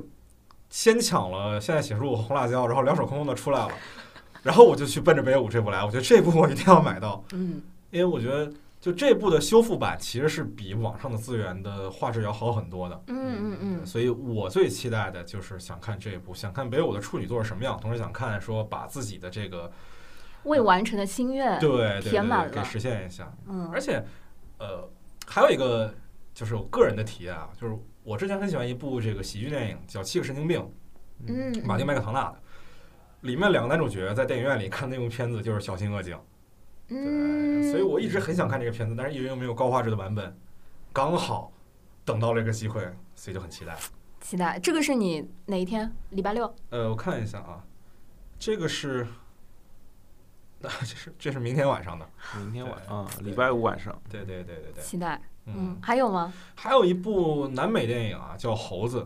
先抢了现在写入红辣椒，然后两手空空的出来了，然后我就去奔着北野武这部来，我觉得这部我一定要买到，嗯因为我觉得就这部的修复版其实是比网上的资源的画质要好很多的。嗯嗯嗯所以我最期待的就是想看这一部，想看北野武的处女座是什么样，同时想看说把自己的这个未完成的心愿。对对对呃填满对给了实现一下。嗯而且，呃，还有一个就是我个人的体验啊，就是我之前很喜欢一部这个喜剧电影叫《七个神经病》，嗯，马丁麦克唐纳的，里面两个男主角在电影院里看那部片子就是《小心恶警》，嗯，对，所以我一直很想看这个片子，但是一直又没有高画质的版本，刚好等到了一个机会，所以就很期待。期待这个是你哪一天？礼拜六。呃，我看一下啊，这个是，啊， [LAUGHS] 这是这是明天晚上的，明天晚对啊，对礼拜五晚上，对对对对对，期待。嗯嗯，，还有吗？还有一部南美电影啊，叫《猴子》。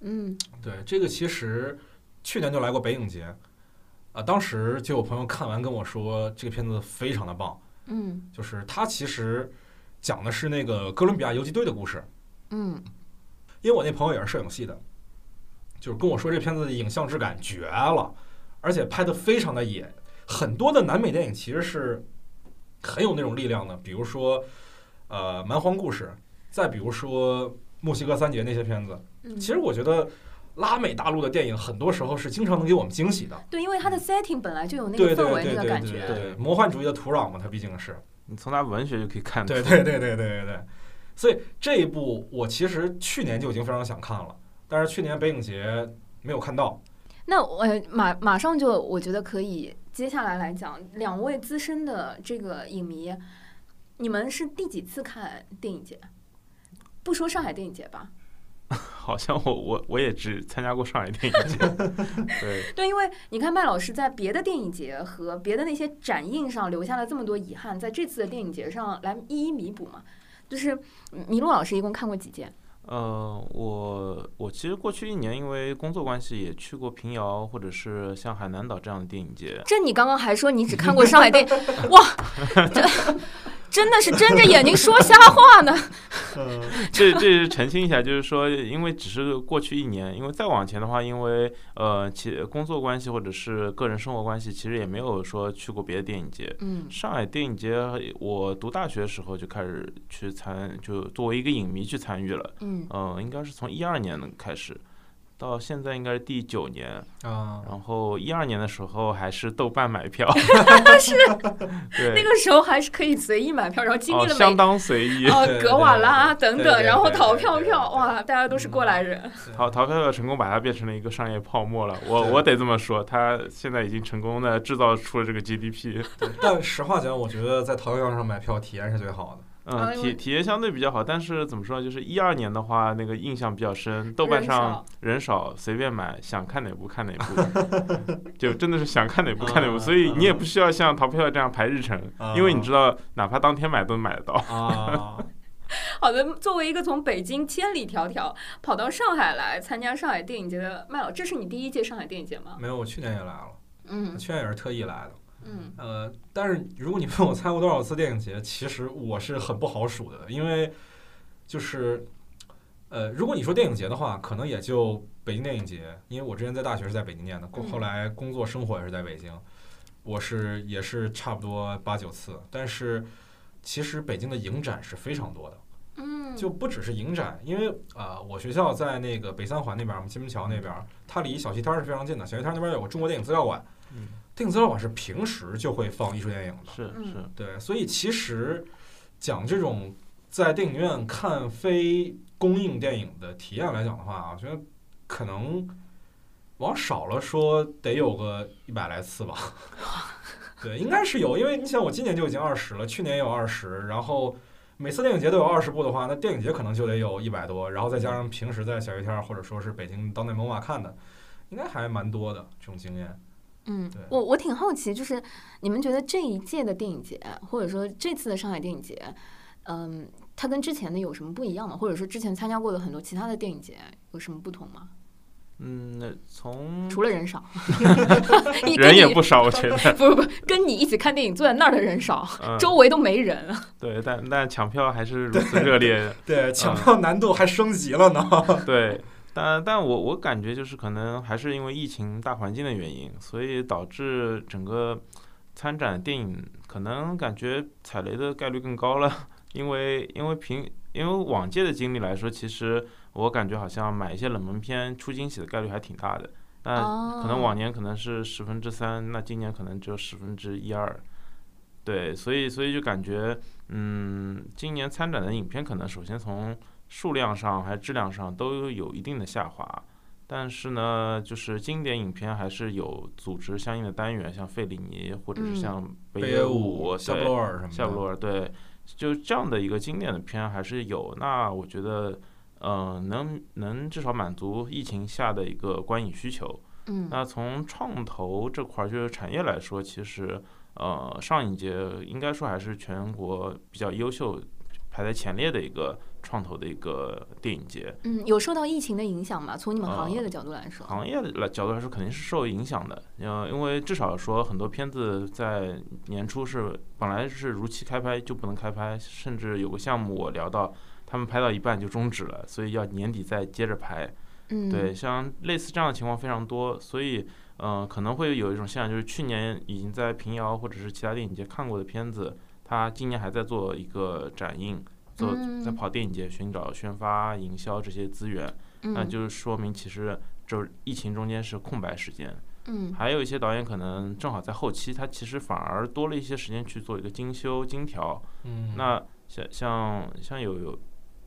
嗯对，这个其实去年就来过北影节，啊，当时就有朋友看完跟我说，这个片子非常的棒，嗯就是它其实讲的是那个哥伦比亚游击队的故事，嗯因为我那朋友也是摄影系的，就是跟我说这片子的影像质感绝了，而且拍的非常的野，很多的南美电影其实是很有那种力量的，比如说呃《蛮荒故事》，再比如说《墨西哥三杰》那些片子。嗯。其实我觉得拉美大陆的电影很多时候是经常能给我们惊喜的，对，因为它的 setting 本来就有那对个对氛围、对那个对感对觉。对，魔幻主义的土壤嘛，它毕竟是，你从他文学就可以看 [LAUGHS] 对出。对对对对对对，所以这一部我其实去年就已经非常想看了，但是去年北影节没有看到，那我呃马马上就我觉得可以，接下来来讲两位资深的这个影迷，你们是第几次看电影节？不说上海电影节吧，好像我我我也只参加过上海电影节。 [LAUGHS] 对，对，因为你看麦老师在别的电影节和别的那些展映上留下了这么多遗憾，在这次的电影节上来一一弥补嘛。就是麋鹿老师一共看过几届？呃，我我其实过去一年因为工作关系也去过平遥或者是像海南岛这样的电影 [LAUGHS] 节。这你刚刚还说你只看过上海电影， [LAUGHS] 哇，这真的是睁着眼睛说瞎话呢。嗯这这是澄清一下，就是说，因为只是过去一年，因为再往前的话，因为呃，其工作关系或者是个人生活关系，其实也没有说去过别的电影节。嗯上海电影节，我读大学的时候就开始去参，就作为一个影迷去参与了。呃嗯嗯、应该是从一二年开始。到现在应该是第九年，啊，然后一二年的时候还是豆瓣 [LAUGHS] 买票，是，那对，个时候还是可以随意买票，然后经历哦，了相每。当 [LAUGHS] 随意，哦对，格瓦拉等对等，对然后对淘对票对票，对嗯哇，大家都是过来人。淘淘票票成功把它变成了一个商业泡沫了，我对我得这么说，它现在已经成功的制造出了这个 GDP，对但实话讲，我觉得在淘票上买票体验是最好啊的。嗯，因为体体验相对比较好，但是怎么说呢，就是一二年的话，那个印象比较深，豆瓣人上少人少，随便买，想看哪部看哪部， [LAUGHS] 就真的是想看哪部啊看哪嗯部，所以你也不啊需要像淘票这样排日程，因为你知道，哪怕当天买都买得到。啊， [LAUGHS] 好的，作为一个从北京千里迢迢跑到上海来参加上海电影节的麦老，这是你第一届上海电影节吗？没有，我去年也来了，嗯去年也是特意来的。嗯，呃，但是如果你问我参加过多少次电影节，其实我是很不好数的，因为就是呃，如果你说电影节的话，可能也就北京电影节，因为我之前在大学是在北京念的，嗯后来工作生活也是在北京，我是也是差不多八九次，但是其实北京的影展是非常多的。嗯，就不只是影展，因为啊、呃我学校在那个北三环那边儿，我们金门桥那边儿，它离小西单儿是非常近的。小西单儿那边儿有个中国电影资料馆，嗯电影资料馆是平时就会放艺术电影的，是嗯是，对，所以其实讲这种在电影院看非公映电影的体验来讲的话，啊我觉得可能往少了说得有个一百来次吧。对，应该是有，因为你想，我今年就已经二十了，去年也有二十，然后每次电影节都有二十部的话，那电影节可能就得有一百多，然后再加上平时在小一天儿或者说是北京当代文化看的，应该还蛮多的这种经验。嗯对，我我挺好奇，就是你们觉得这一届的电影节，或者说这次的上海电影节，嗯，它跟之前的有什么不一样吗？或者说之前参加过的很多其他的电影节有什么不同吗？嗯，那从除了人少， [LAUGHS] 你跟人也你不 [LAUGHS] 少，我觉得，不不不，跟你一起看电影坐在那儿的人少， [LAUGHS] 嗯，周围都没人。对，但但抢票还是如此热烈，对，抢票难度还升级了呢。对，但但我我感觉就是可能还是因为疫情大环境的原因，所以导致整个参展电影可能感觉踩雷的概率更高了，因为因为平因为往届的经历来说，其实我感觉好像买一些冷门片出惊喜的概率还挺大的。那哦，嗯可能往年可能是十分之三，那今年可能只有十分之一二。对，所以所以就感觉，嗯，今年参展的影片可能首先从数量上还是质量上都有一定的下滑，但是呢，就是经典影片还是有组织相应的单元，像费里尼或者是嗯像北北野野武、夏对布洛尔什嗯么的，夏布洛尔，对，就这样的一个经典的片还是有。那我觉得，呃，能能至少满足疫情下的一个观影需求。嗯那从创投这块儿，就是产业来说，其实呃，上影节应该说还是全国比较优秀、排在前列的一个创投的一个电影节。嗯，有受到疫情的影响吗？从你们呃行业的角度来说，行业的来角度来说，肯定是受影响的。呃，因为至少说很多片子在年初是本来是如期开拍就不能开拍，甚至有个项目我聊到，他们拍到一半就终止了，所以要年底再接着拍。嗯，对，，像类似这样的情况非常多，所以嗯、呃可能会有一种现象，就是去年已经在平遥或者是其他电影节看过的片子，它今年还在做一个展映，做在嗯跑电影节寻找宣发、营销这些资源，那嗯就是说明其实就是疫情中间是空白时间，嗯还有一些导演可能正好在后期，他其实反而多了一些时间去做一个精修、精调，嗯，那像像像有有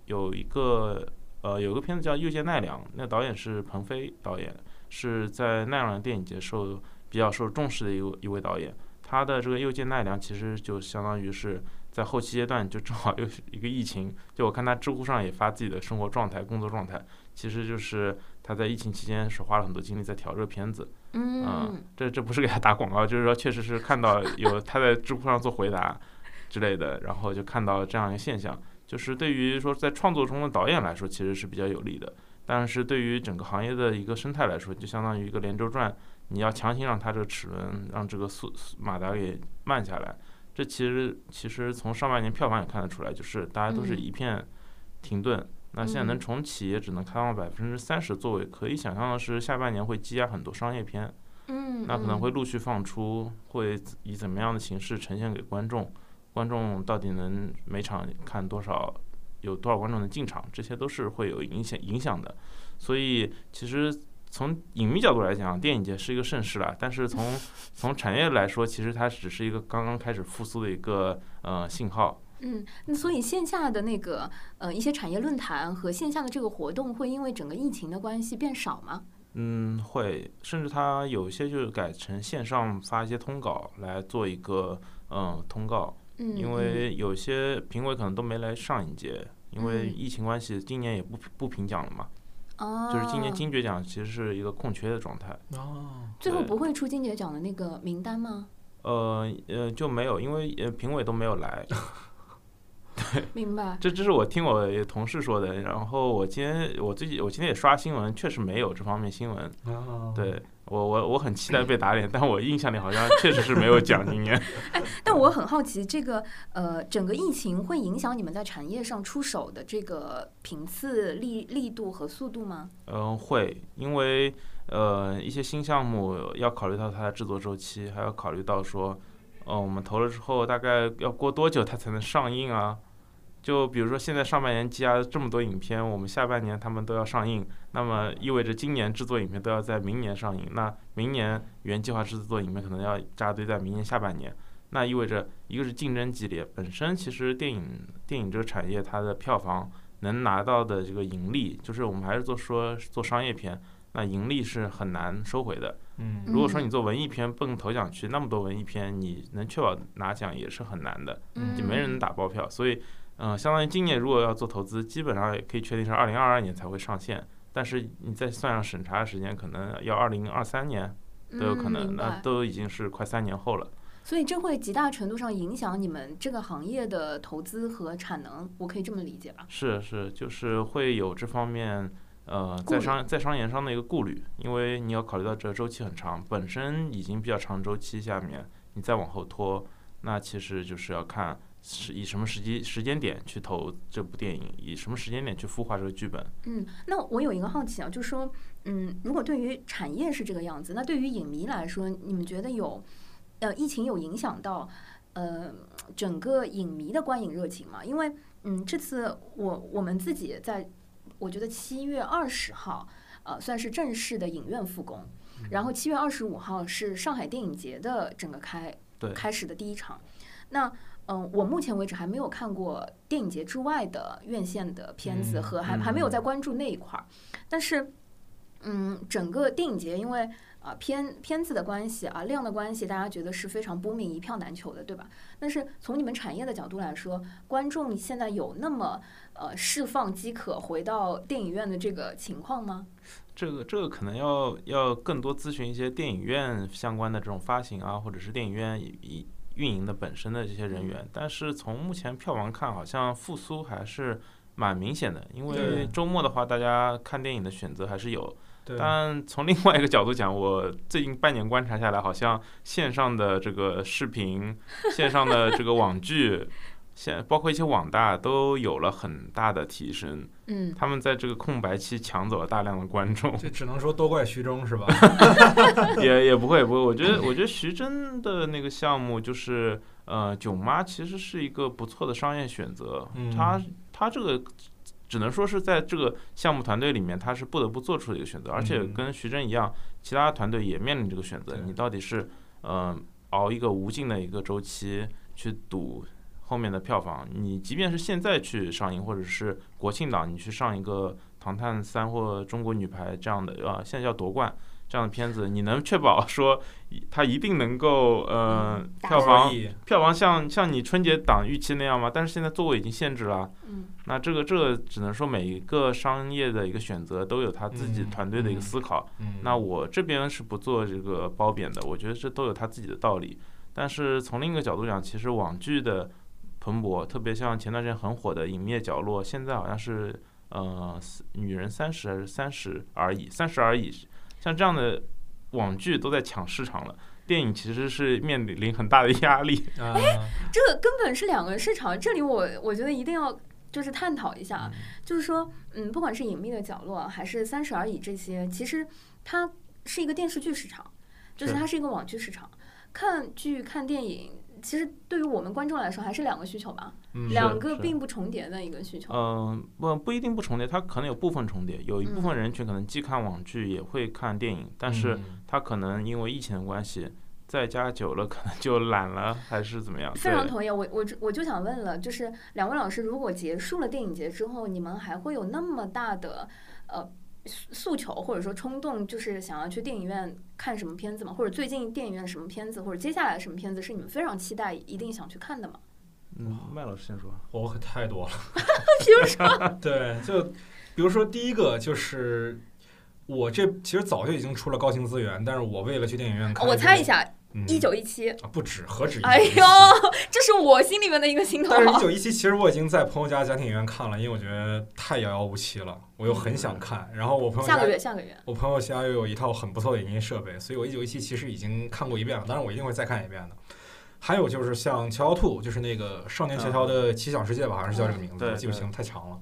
有一个呃有个片子叫《又见奈良》，那导演是彭飞导演，是在奈良电影节受比较受重视的一位一位导演。他的这个《又见奈良》其实就相当于是在后期阶段，就正好又是一个疫情。就我看他知乎上也发自己的生活状态、工作状态，其实就是他在疫情期间是花了很多精力在调这个片子。嗯，这这不是给他打广告，就是说确实是 [LAUGHS] 看到有他在知乎上做回答之类的，然后就看到这样一个现象，就是对于说在创作中的导演来说，其实是比较有利的，但是对于整个行业的一个生态来说，就相当于一个连轴转，你要强行让它这个齿轮让这个速速马达给慢下来，这其实其实从上半年票房也看得出来，就是大家都是嗯一片停顿。那现在嗯能重启也只能开放百分之三十座位，可以想象的是下半年会积压很多商业片，嗯，那可能嗯会陆续放出，会以怎么样的形式呈现给观众？观众到底能每场看多少有多少观众能进场，这些都是会有影响影响的。所以其实从影迷角度来讲，电影节是一个盛世啦，但 [LAUGHS] 是从从产业来说，其实它只是一个刚刚开始复苏的一个呃信号。嗯，那所以线下的那个呃一些产业论坛和线下的这个活动，会因为整个疫情的关系变少吗？嗯，会，甚至它有一些就是改成线上发一些通稿来做一个嗯通告，嗯，因为有些评委可能都没来上一届，因为嗯疫情关系，今年也不不评奖了嘛，哦，就是今年金爵奖其实是一个空缺的状态。哦，最后对不会出金爵奖的那个名单吗？呃呃，就没有，因为呃评委都没有 [LAUGHS] 来，明白。这这是我听我同事说的。然后我今天我最近我今天也刷新闻，确实没有这方面新闻。啊，哦哦对我我我很期待被打脸，但我印象里好像确实是没有奖今年。但我很好奇，这个呃，整个疫情会影响你们在产业上出手的这个频次、力力度和速度吗？嗯，会，因为呃一些新项目要考虑到它的制作周期，还要考虑到说，呃我们投了之后大概要过多久它才能上映啊？就比如说现在上半年积压了这么多影片，我们下半年他们都要上映，那么意味着今年制作影片都要在明年上映，那明年原计划制作影片可能要扎堆在明年下半年。那意味着，一个是竞争激烈，本身其实电影电影这个产业它的票房能拿到的这个盈利，就是我们还是做说做商业片，那盈利是很难收回的。嗯如果说嗯你做文艺片奔头奖去，那么多文艺片，你能确保拿奖也是很难的，嗯就没人能打爆票。所以，嗯、相当于今年如果要做投资，基本上也可以确定是二零二二年才会上线。但是你再算上审查的时间，可能要二零二三年都有可嗯能，明那白。都已经是快三年后了。所以这会极大程度上影响你们这个行业的投资和产能，我可以这么理解吧？是是，就是会有这方面呃，顾在虑商在商言商的一个顾虑，因为你要考虑到这周期很长，本身已经比较长周期下面，你再往后拖，那其实就是要看是以什么时机时间点去投这部电影，以什么时间点去孵化这个剧本。嗯，那我有一个好奇啊，就是说，嗯，如果对于产业是这个样子，那对于影迷来说，你们觉得有，呃，疫情有影响到，呃，整个影迷的观影热情吗？因为，嗯，这次我我们自己在，我觉得七月二十号，呃，算是正式的影院复工，嗯然后七月二十五号是上海电影节的整个开对开始的第一场，那嗯、我目前为止还没有看过电影节之外的院线的片子嗯和还、还没有嗯在关注那一块儿，但是，嗯，整个电影节因为啊、片片子的关系啊量的关系，大家觉得是非常不明一票难求的，对吧？但是从你们产业的角度来说，观众现在有那么呃释放饥渴回到电影院的这个情况吗？这个这个可能要要更多咨询一些电影院相关的这种发行啊，或者是电影院以以运营的本身的这些人嗯员。但是从目前票房看，好像复苏还是蛮明显的，因为对周末的话，大家看电影的选择还是有。对， [LAUGHS] 但从另外一个角度讲，我最近半年观察下来，好像线上的这个视频、线上的这个网剧，现包括一些网大都有了很大的提升。嗯，他们在这个空白期抢走了大量的观众。这只能说都怪徐峥是吧？ [LAUGHS] 也也不会不会，我觉得我觉得徐峥的那个项目就是呃囧妈其实是一个不错的商业选择，嗯他他这个只能说是在这个项目团队里面他是不得不做出的一个选择，而且嗯跟徐峥一样，其他团队也面临这个选择，对你到底是嗯、呃熬一个无尽的一个周期去赌。后面的票房，你即便是现在去上映，或者是国庆档你去上一个《唐探三》或《中国女排》这样的，啊，现在叫夺冠这样的片子，你能确保说一它一定能够呃嗯达票到房所以票房像像你春节档预期那样吗？但是现在座位已经限制了，嗯，那这个这个只能说每一个商业的一个选择都有他自己嗯团队的一个嗯思考。嗯，那我这边是不做这个褒贬的，我觉得这都有他自己的道理。但是从另一个角度讲，其实网剧的蓬勃，特别像前段时间很火的《隐秘的角落》，现在好像是呃四女人三十还是三十而已，三十而已，像这样的网剧都在抢市场了。电影其实是面临很大的压力， [LAUGHS] 啊，这个根本是两个市场，这里我我觉得一定要就是探讨一下啊，就是说，嗯，不管是《隐秘的角落》还是《三十而已》这些，其实它是一个电视剧市场，就是是它是一个网剧市场。看剧、看电影，其实对于我们观众来说，还是两个需求吧，嗯，两个是并不重叠的一个需求。嗯，不不一定不重叠，它可能有部分重叠，有一部分人群可能既看网剧也会看电影，但是嗯他可能因为疫情的关系，在家久了可能就懒了，还是怎么样？非常对同意，我我就我就想问了，就是两位老师，如果结束了电影节之后，你们还会有那么大的呃诉诉求或者说冲动，就是想要去电影院看什么片子吗？或者最近电影院什么片子，或者接下来什么片子是你们非常期待、一定想去看的吗？嗯，麦老师先说。我可太多了。 [LAUGHS] 比如说，对，就比如说第一个就是我这其实早就已经出了高清资源，但是我为了去电影院看，哦我猜一，下，嗯一九一七，啊不止，何止一九，哎 [LAUGHS] 呦，这是我心里面的一个心头但是，一好。九一七其实我已经在朋友家家庭影院看了，因为我觉得太遥遥无期了，我又很想看。然后我朋友下家个，月，下个月，我朋友家又有一套很不错的影音设备，所以我一九一七其实已经看过一遍了，当然我一定会再看一遍的。还有就是像《乔乔兔》，就是那个《少年乔乔的奇想世界》吧，好像是叫这个名字，嗯对我记不对清，太长了。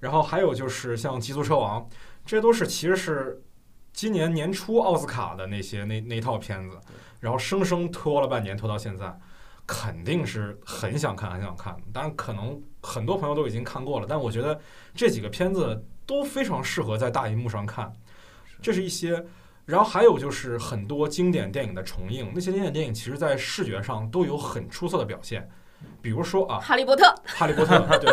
然后还有就是像《极速车王》，这都是其实是今年年初奥斯卡的那些那那一套片子，然后生生拖了半年，拖到现在，肯定是很想看，很想看。当然，可能很多朋友都已经看过了，但我觉得这几个片子都非常适合在大荧幕上看。这是一些，然后还有就是很多经典电影的重映，那些经典电影其实在视觉上都有很出色的表现，比如说啊，哈利波特， [LAUGHS] 《哈利波特》对，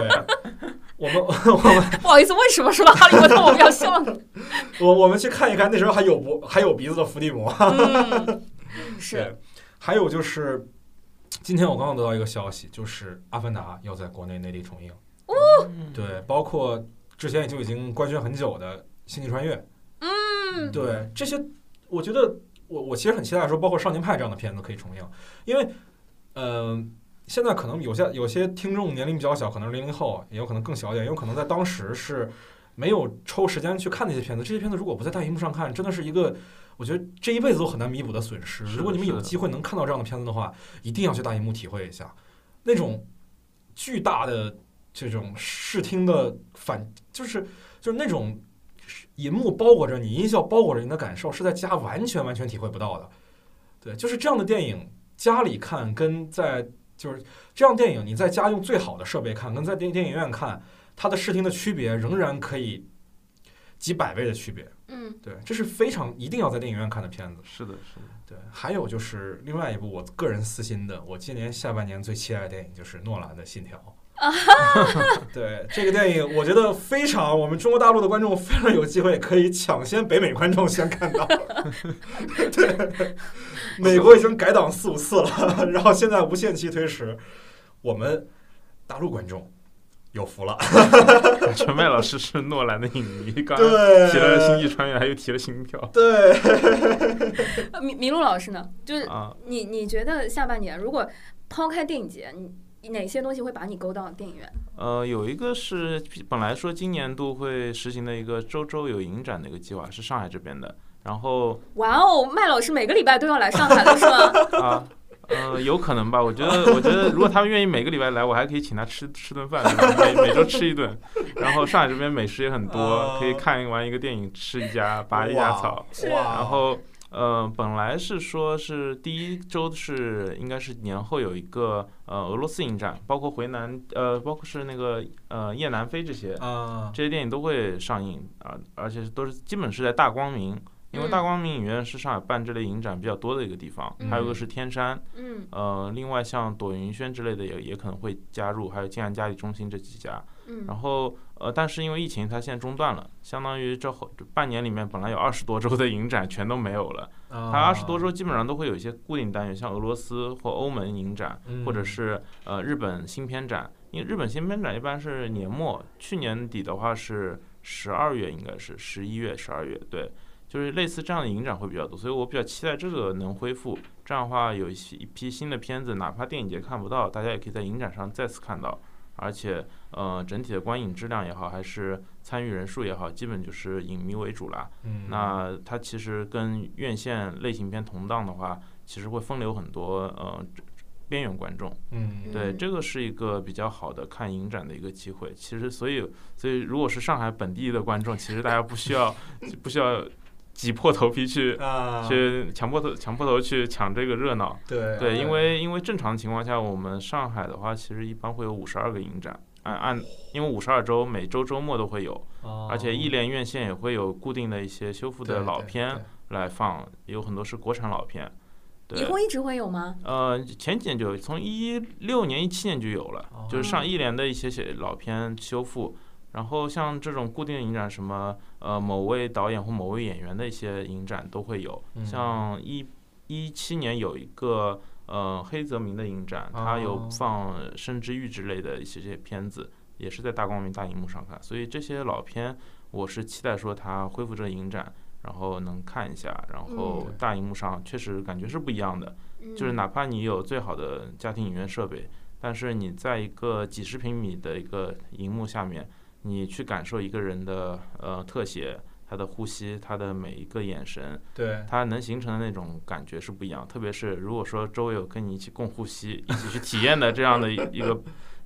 我们我们不好意思，为什么说到哈利波特我们要笑呢？我我们去看一看，那时候还有不还有鼻子的伏地魔。 [LAUGHS] [LAUGHS] 嗯，是，对，还有就是，今天我刚刚得到一个消息，就是《阿凡达》要在国内内地重映。嗯，对，包括之前就已经官宣很久的《星际穿越》。嗯对，这些我觉得我我其实很期待说，包括《少年派》这样的片子可以重映，因为，呃，现在可能有些有些听众年龄比较小，可能是零零后，也有可能更小一点，也有可能在当时是没有抽时间去看那些片子。这些片子如果不在大荧幕上看，真的是一个我觉得这一辈子都很难弥补的损失。是的如果你们是有的机会能看到这样的片子的话，一定要去大荧幕体会一下那种巨大的这种视听的反，就是就是那种银幕包裹着你，音效包裹着你的感受，是在家完全完全体会不到的。对，就是这样的电影，家里看跟在就是这样的电影，你在家用最好的设备看，跟在电电影院看，它的视听的区别仍然可以几百倍的区别。嗯，对，这是非常一定要在电影院看的片子。是的，是的， [LAUGHS] 对，还有就是另外一部我个人私心的，我今年下半年最期待的电影就是诺兰的《信条》。对这个电影，我觉得非常，我们中国大陆的观众非常有机会可以抢先北美观众先看到。 [LAUGHS] 对，美国已经改档四五次了，然后现在无限期推迟，我们大陆观众有福了。感觉麦老师是诺兰的影迷，刚刚对，提了《星际穿越》，还又提了《心跳对，呃麋麋鹿老师呢？就是》啊。你你觉得下半年如果抛开电影节，你哪些东西会把你勾到电影院？呃，有一个是本来说今年度会实行的一个周周有影展的一个计划，是上海这边的。然后哇哦，麦老师每个礼拜都要来上海了是吗？啊，呃，有可能吧。我觉得，我觉得如果他们愿意每个礼拜来，我还可以请他吃吃顿饭，对吧每每周吃一顿。然后上海这边美食也很多哦，可以看完一个电影，吃一家，拔一家草。哇，然后，呃，本来是说是第一周是应该是年后有一个呃俄罗斯影展，包括回南，呃，包括是那个呃夜南非这些，啊，这些电影都会上映啊，而且都是基本是在大光明，因为嗯大光明影院是上海办这类影展比较多的一个地方，还有一个是天山，嗯呃，另外像朵云轩之类的也也可能会加入，还有静安嘉里中心这几家。嗯然后呃，但是因为疫情，它现在中断了，相当于这后这半年里面本来有二十多周的影展全都没有了，它他二十多哦周基本上都会有一些固定单元，像俄罗斯或欧盟影展。嗯或者是呃日本新片展，因为日本新片展一般是年末，去年底的话是十二月，应该是十一月、十二月，对，就是类似这样的影展会比较多，所以我比较期待这个能恢复。这样的话，有一些一批新的片子，哪怕电影节看不到，大家也可以在影展上再次看到，而且呃整体的观影质量也好，还是参与人数也好，基本就是影迷为主啦。嗯那它其实跟院线类型片同档的话，其实会分流很多呃边缘观众。嗯对，嗯这个是一个比较好的看影展的一个机会。 [LAUGHS] 其实，所以所以如果是上海本地的观众，其实大家不需要不需要。挤破头皮 [LAUGHS] 去啊，去强迫头强迫头去抢这个热闹。对对，因为因为正常情况下，我们上海的话，其实一般会有五十二个影展，按按因为五十二周，每周周末都会有，哦而且艺联联院线也会有固定的一些修复的老片来放，也有很多是国产老片。以对，后一直会有吗？呃，前几年就有，从一六年、一七年就有了，就是上艺联的一些些老片修复。然后像这种固定影展，什么呃某位导演或某位演员的一些影展都会有。嗯像一一七年有一个呃黑泽明的影展，它有哦放《生之欲》之类的一些这些片子，也是在大光明大荧幕上看。所以这些老片，我是期待说它恢复这个影展，然后能看一下，然后嗯大荧幕上确实感觉是不一样的。就是哪怕你有最好的家庭影院设备，但是你在一个几十平米的一个荧幕下面，你去感受一个人的呃特写，他的呼吸，他的每一个眼神，对它能形成的那种感觉是不一样。特别是如果说周围有跟你一起共呼吸、一起去体验的这样的一 [LAUGHS] 一个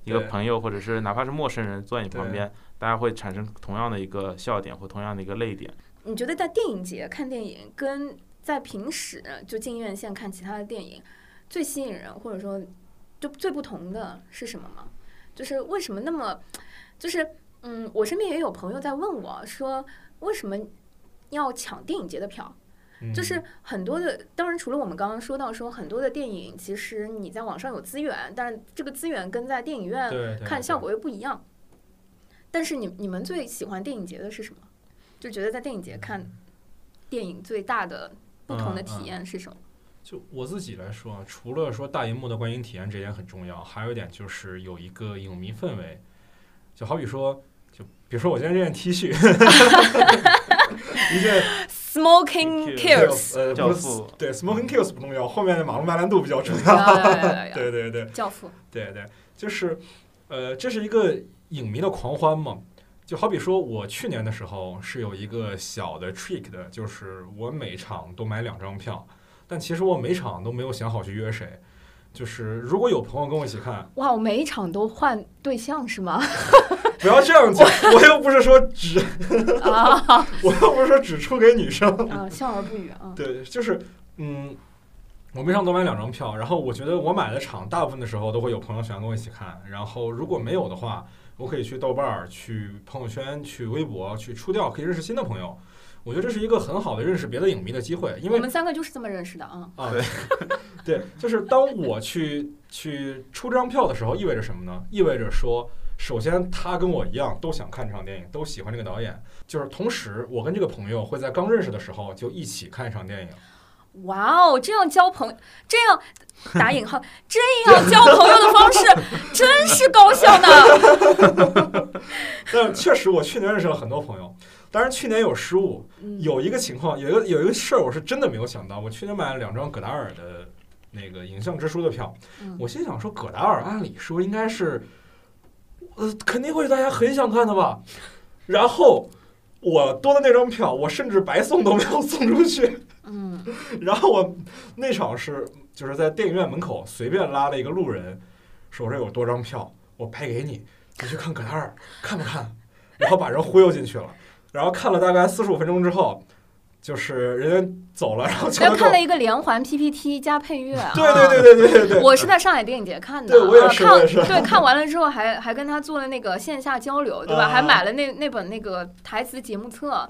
一个对朋友，或者是哪怕是陌生人坐在你旁对边，大家会产生同样的一个笑点或同样的一个泪点。嗯你觉得在电影节看电影跟在平时就进院线看其他的电影，最吸引人或者说就最不同的是什么吗？就是为什么那么，就是嗯，我身边也有朋友在问我说，为什么要抢电影节的票？嗯就是很多的，当然除了我们刚刚说到说很多的电影，其实你在网上有资源，但是这个资源跟在电影院对对看效对果又不一样。但是你你们最喜欢电影节的是什么？就觉得在电影节看电影最大的不同嗯的体验是什么？就我自己来说啊，除了说大荧幕的观影体验这一点很重要，还有一点就是有一个影迷氛围，就好比说，就比如说我今天这件 T 恤， [LAUGHS] [LAUGHS] 一件 Smoking Thank you [LAUGHS] 呃教不是父对 Smoking Kills 不重要，后面的马龙白兰度比较重啊要。 Kills，对对对教父，对对，就是呃，这是一个影迷的狂欢嘛。就好比说，我去年的时候是有一个小的 trick 的，就是我每场都买两张票，但其实我每场都没有想好去约谁。就是如果有朋友跟我一起看，哇，我每一场都换对象是吗？不要这样讲，我又不是说只， [LAUGHS] 啊我又不是说只出给女生。 [LAUGHS] 啊，笑而不语啊。对，就是嗯，我每场都买两张票，然后我觉得我买的场大部分的时候都会有朋友想跟我一起看，然后如果没有的话，我可以去豆瓣儿、去朋友圈、去微博、去出掉，可以认识新的朋友。我觉得这是一个很好的认识别的影迷的机会，因我为们三个就是这么认识的啊。啊，对，就是当我去去出这张票的时候，意味着什么呢？意味着说，首先他跟我一样都想看这场电影，都喜欢这个导演，就是同时我跟这个朋友会在刚认识的时候就一起看一场电影。哇哦，这样交朋友，这样打引号，这样交朋友的方式 [LAUGHS] 真是高效呢。 [LAUGHS] 但确实，我去年认识了很多朋友，当然去年有失误，嗯有一个情况，有一个有一个事儿，我是真的没有想到，我去年买了两张葛达尔的那个影像之书的票，嗯我心想说，葛达尔按理说应该是，呃，肯定会是大家很想看的吧。然后我多的那张票，我甚至白送都没有送出去。嗯，然后我那场是就是在电影院门口随便拉了一个路人，手上有多张票，我拍给你，你去看葛达尔，看不看？然后把人忽悠进去了，然后看了大概四十五分钟之后，就是人家走了，然后我敲看敲了。一个连环 PPT 加配乐啊。 [LAUGHS] 对对对对对对对，我是在上海电影节看的，对我也啊是看我也是对，看完了之后还还跟他做了那个线下交流，对吧？啊还买了那那本那个台词节目册，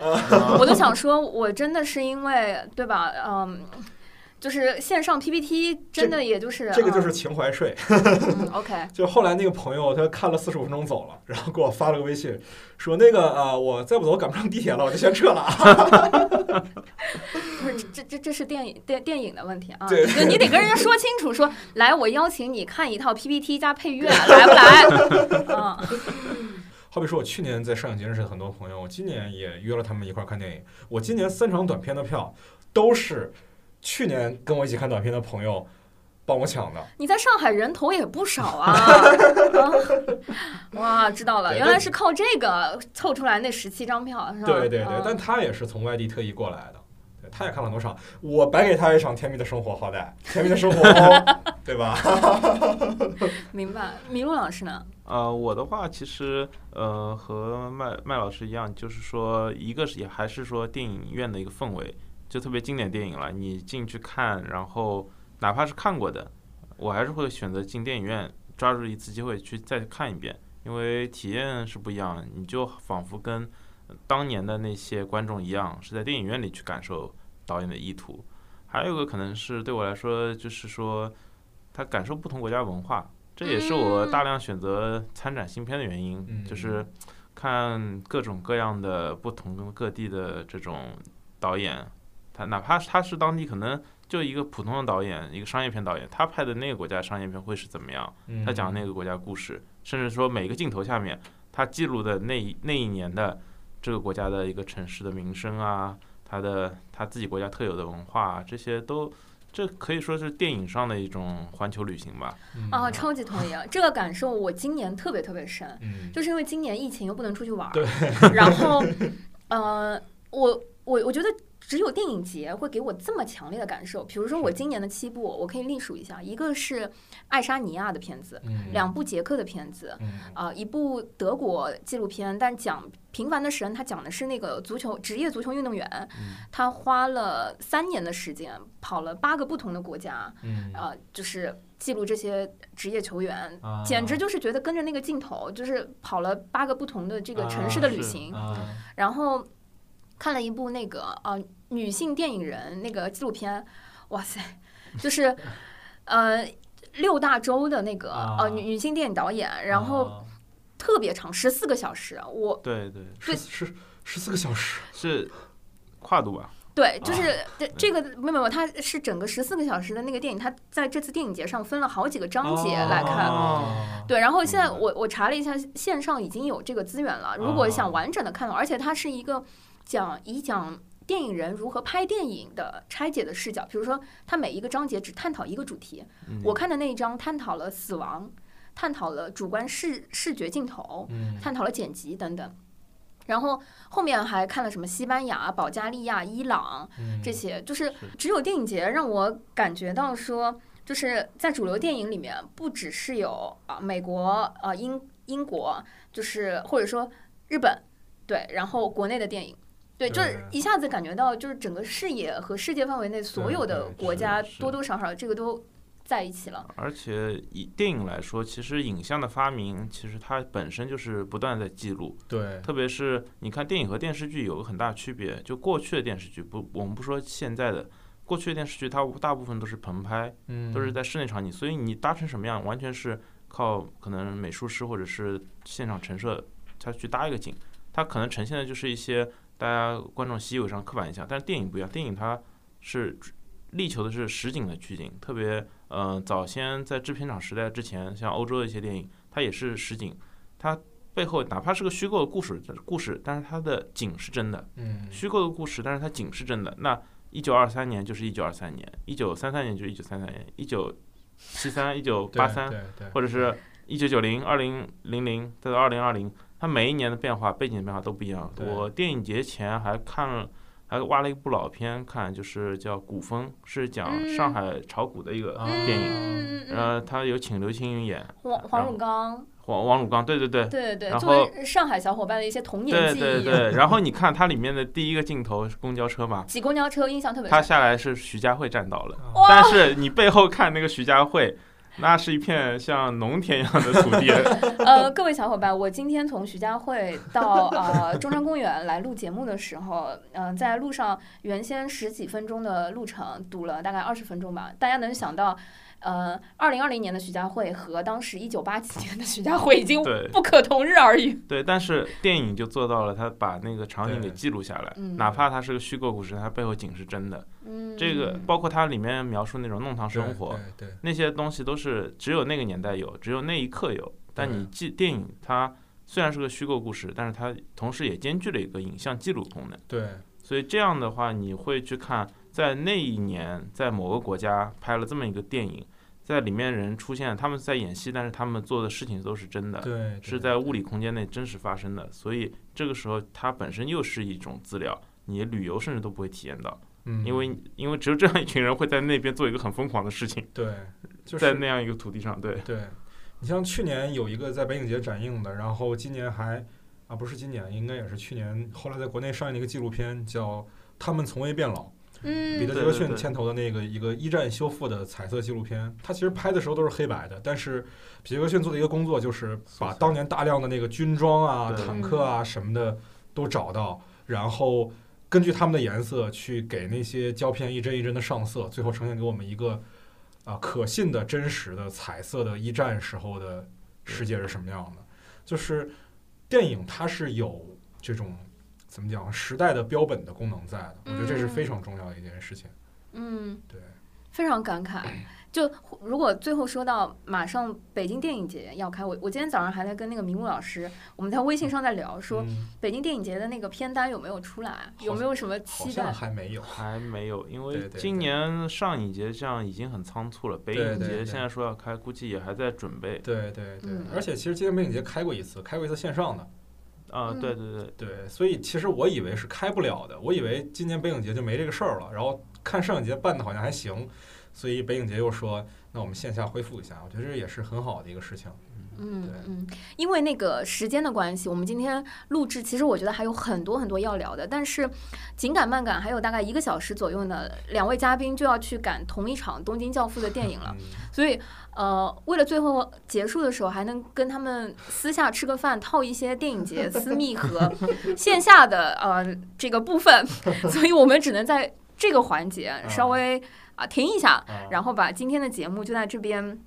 我就想说，我真的是因为对吧？嗯，就是线上 PPT 真的也就是这个就是情怀税。嗯 OK，就后来那个朋友，他看了四十五分钟走了，然后给我发了个微信，说那个啊、呃我再不走赶不上地铁了，我就先撤了啊。不是这这这是电影电电影的问题啊，嗯对就你得跟人家说清楚，说来我邀请你看一套 PPT 加配乐，来不来？ [LAUGHS] 嗯。好比说，我去年在上影节认识的很多朋友，我今年也约了他们一块儿看电影。我今年三场短片的票都是去年跟我一起看短片的朋友帮我抢的。你在上海人头也不少啊！啊哇，知道了，对原来是靠这个凑出来那十七张票，是吧？对对对，嗯但他也是从外地特意过来的。他也看了很多场，我白给他一场《甜蜜的生活》，好歹《甜蜜的生活》哦， [LAUGHS] 对吧？明白。麋鹿老师嗯呢？呃，我的话其实呃和麦麦老师一样，就是说一个是也还是说电影院的一个氛围，就特别经典电影了，你进去看，然后哪怕是看过的，我还是会选择进电影院，抓住一次机会去再看一遍，因为体验是不一样的，你就仿佛跟当年的那些观众一样，是在电影院里去感受导演的意图。还有一个可能是对我来说，就是说他感受不同国家文化，这也是我大量选择参展新片的原因，嗯就是看各种各样的不同各地的这种导演，他哪怕是他是当地可能就一个普通的导演，一个商业片导演，他拍的那个国家商业片会是怎么样？ [LAUGHS] 他讲那个国家故事，甚至说每个镜头下面他记录的那一那一年的这个国家的一个城市的名声啊，他的他自己国家特有的文化、啊，这些都这可以说是电影上的一种环球旅行吧。嗯啊，超级同意啊！这个感受我今年特别特别深，嗯就是因为今年疫情又不能出去玩儿对，然后，呃，我我我觉得只有电影节会给我这么强烈的感受。比如说我今年的七部，我可以列数一下，一个是爱沙尼亚的片子，嗯两部捷克的片子，嗯啊、一部德国纪录片，但讲《平凡的神》，它讲的是那个足球职业足球运动员，嗯他花了三年的时间跑了八个不同的国家，嗯啊，就是记录这些职业球员啊简直就是觉得跟着那个镜头，就是跑了八个不同的这个城市的旅行，啊然后看了一部那个呃女性电影人那个纪录片，哇塞，就是呃六大洲的那个呃女女性电影导演，然后啊特别长，十四个小时，我对对，对十十十四个小时，是跨度吧？对，就是啊这这个没有没有，它是整个十四个小时的那个电影，它在这次电影节上分了好几个章节哦来看。哦啊对，然后现在嗯我我查了一下，线上已经有这个资源了。如果啊想完整的看到，而且它是一个讲以讲电影人如何拍电影的拆解的视角，比如说它每一个章节只探讨一个主题。嗯、我看的那一章探讨了死亡，探讨了主观视视觉镜头，嗯探讨了剪辑等等。然后后面还看了什么西班牙、保加利亚、伊朗，嗯这些，就是只有电影节让我感觉到说，就是在主流电影里面，不只是有啊美国啊英英国，就是或者说日本，对，然后国内的电影。对，就是对一下子感觉到，就是整个视野和世界范围内所有的对对国家是是多多少少这个都在一起了。而且以电影来说，其实影像的发明，其实它本身就是不断地在记录，对特别是你看电影和电视剧有个很大区别，就过去的电视剧不，我们不说现在的，过去的电视剧它大部分都是棚拍，嗯都是在室内场景，所以你搭成什么样，完全是靠可能美术师或者是现场陈设他去搭一个景，它可能呈现的就是一些大家观众习以为常、刻板印象，但是电影不一样，电影它是力求的是实景的取景，特别呃早先在制片厂时代之前，像欧洲的一些电影，它也是实景，它背后哪怕是个虚构的故事，故事，但是它的景是真的，嗯虚构的故事，但是它景是真的。那一九二三年就是一九二三年，一九三三年就是一九三三年，一九七三、一九对八三，对对或者是一九九零、二零零零，再到二零二零，它每一年的变化、背景的变化都不一样。对我电影节前还看了，还挖了一部老片看，就是叫《古风》，是讲嗯上海炒股的一个啊电影。嗯嗯嗯嗯，呃，他有请刘青云演黄黄汝刚，黄王汝刚，对对对，对对对，然作为上海小伙伴的一些童年对记忆，对对。然后你看它里面的第一个镜头是公交车嘛，挤公交车印象特别他深。下来是徐家汇站到了。啊但是你背后看那个徐家汇，那是一片像农田一样的土 [LAUGHS] 地。呃，各位小伙伴，我今天从徐家汇到 [LAUGHS] 呃中山公园来录节目的时候，嗯、在路上原先十几分钟的路程堵了大概二十分钟吧。大家能想到，呃，二零二零年的徐家汇和当时一九八几年的徐家汇已经对不可同日而语。对，但是电影就做到了，他把那个场景给对记录下来，嗯哪怕它是个虚构故事，它背后景是真的。嗯，这个包括它里面描述那种弄堂对生活，对对那些东西都是只有那个年代有，只有那一刻有。但你记电影它。虽然是个虚构故事，但是它同时也兼具了一个影像记录功能，对所以这样的话，你会去看在那一年在某个国家拍了这么一个电影，在里面人出现，他们在演戏，但是他们做的事情都是真的，对呃是在物理空间内真实发生的，所以这个时候它本身又是一种资料，你旅游甚至都不会体验到。嗯，因为因为只有这样一群人会在那边做一个很疯狂的事情，对，就是在那样一个土地上，对，对，你像去年有一个在北影节展映的，然后今年还啊不是今年，应该也是去年，后来在国内上映了一个纪录片叫《他们从未变老》，彼嗯得·杰对克对逊对牵头的那个一个一战修复的彩色纪录片，它其实拍的时候都是黑白的，但是彼得·杰克逊做的一个工作就是把当年大量的那个军装啊、对坦克啊什么的都找到，然后根据他们的颜色去给那些胶片一帧一帧的上色，最后呈现给我们一个啊、可信的、真实的彩色的一战时候的世界是什么样的。就是电影它是有这种怎么讲时代的标本的功能在的，我觉得这是非常重要的一件事情。嗯，对，非常感慨。就如果最后说到马上北京电影节要开，我我今天早上还在跟那个明武老师，我们在微信上在聊，说嗯北京电影节的那个片单有没有出来，像有没有什么好期像待？还没有。还没有，因对为对对今年上影节这样已经很仓促了，北对影对节对现在说要开，估计也还在准备。 [LAUGHS] 对对对，嗯而且其实今年北影节开过一次，开过一次线上的，啊，嗯对对对，对，所以其实我以为是开不了的，我以为今年北影节就没这个事儿了。然后看上影节办的好像还行，所以北影节又说，那我们线下恢复一下，我觉得这也是很好的一个事情。嗯对嗯，因为那个时间的关系，我们今天录制其实我觉得还有很多很多要聊的，但是紧赶慢赶，还有大概一个小时左右呢，两位嘉宾就要去赶同一场《东京教父》的电影 [LAUGHS] 了，嗯，所以呃，为了最后结束的时候还能跟他们私下吃个饭，套一些电影节私密和 [LAUGHS] 线下的呃这个部 [LAUGHS] 分，所以我们只能在这个环节稍啊微啊、停一下，啊、然后把今天的节目就在这边，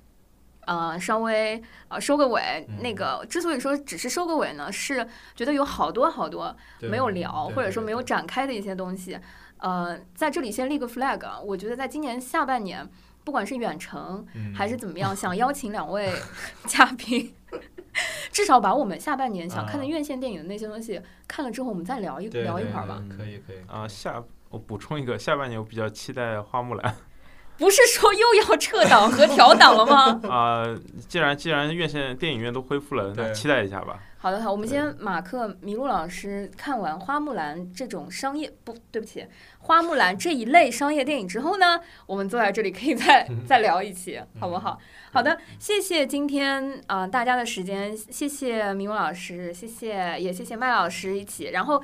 呃，稍微呃收个尾。嗯那个之所以说只是收个尾呢，是觉得有好多好多对没有聊，对或者对说没有对展开的一些东西。呃，在这里先立个 flag，啊我觉得在今年下半年，不管是远程嗯还是怎么 [LAUGHS] 样，想邀请两位 [LAUGHS] 嘉宾。 [LAUGHS] 至少把我们下半年想看的啊院线电影的那些东西看了之后，我们再聊一对聊一对会儿吧。对可以可以啊，下我补充一个，下半年我比较期待花木兰 [LAUGHS] 不是说又要撤档和调档了吗？啊。既然既然院线电影院都恢复了，那对期待一下吧。好的，好，我们对先马克麋鹿老师看完《花木兰》这种商业不对不起，《花木兰》这一类商业电影之后呢，我们坐在这里可以 [LAUGHS] 再再聊一期，好不嗯好？好的，谢谢今天啊、呃大家的时间，谢谢麋鹿老师，谢谢也谢谢麦老师一起，然后。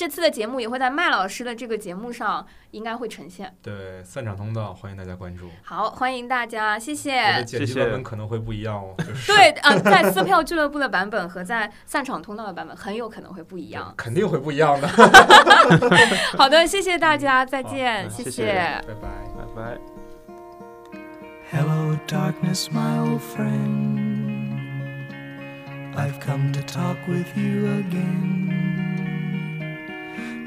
这次的节目也会在麦老师的这个节目上应该会呈现。对，散场通道欢迎大家关注。好，欢迎大家，谢谢。我的剪辑谢谢版本可能会不一样哦，就是对，啊、在撕票俱乐部的版本和在散场通道的版本很有可能会不一对样。肯定会不一 [LAUGHS] 样的。好的，谢谢大家，再好见，嗯谢谢谢。谢拜拜。拜拜。 Hello, darkness, my old friend. I've come to talk with you again.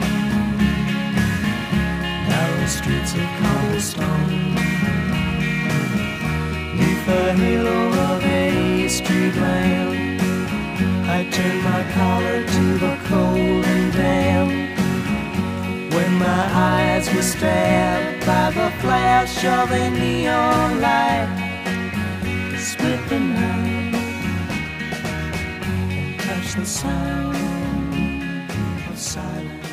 Narrow streets of cobblestone. Neath the halo of a street lamp, I turned my collar to the cold and damp. When my eyes were stabbed by the flash of a neon light split the night and touch the sound of silence.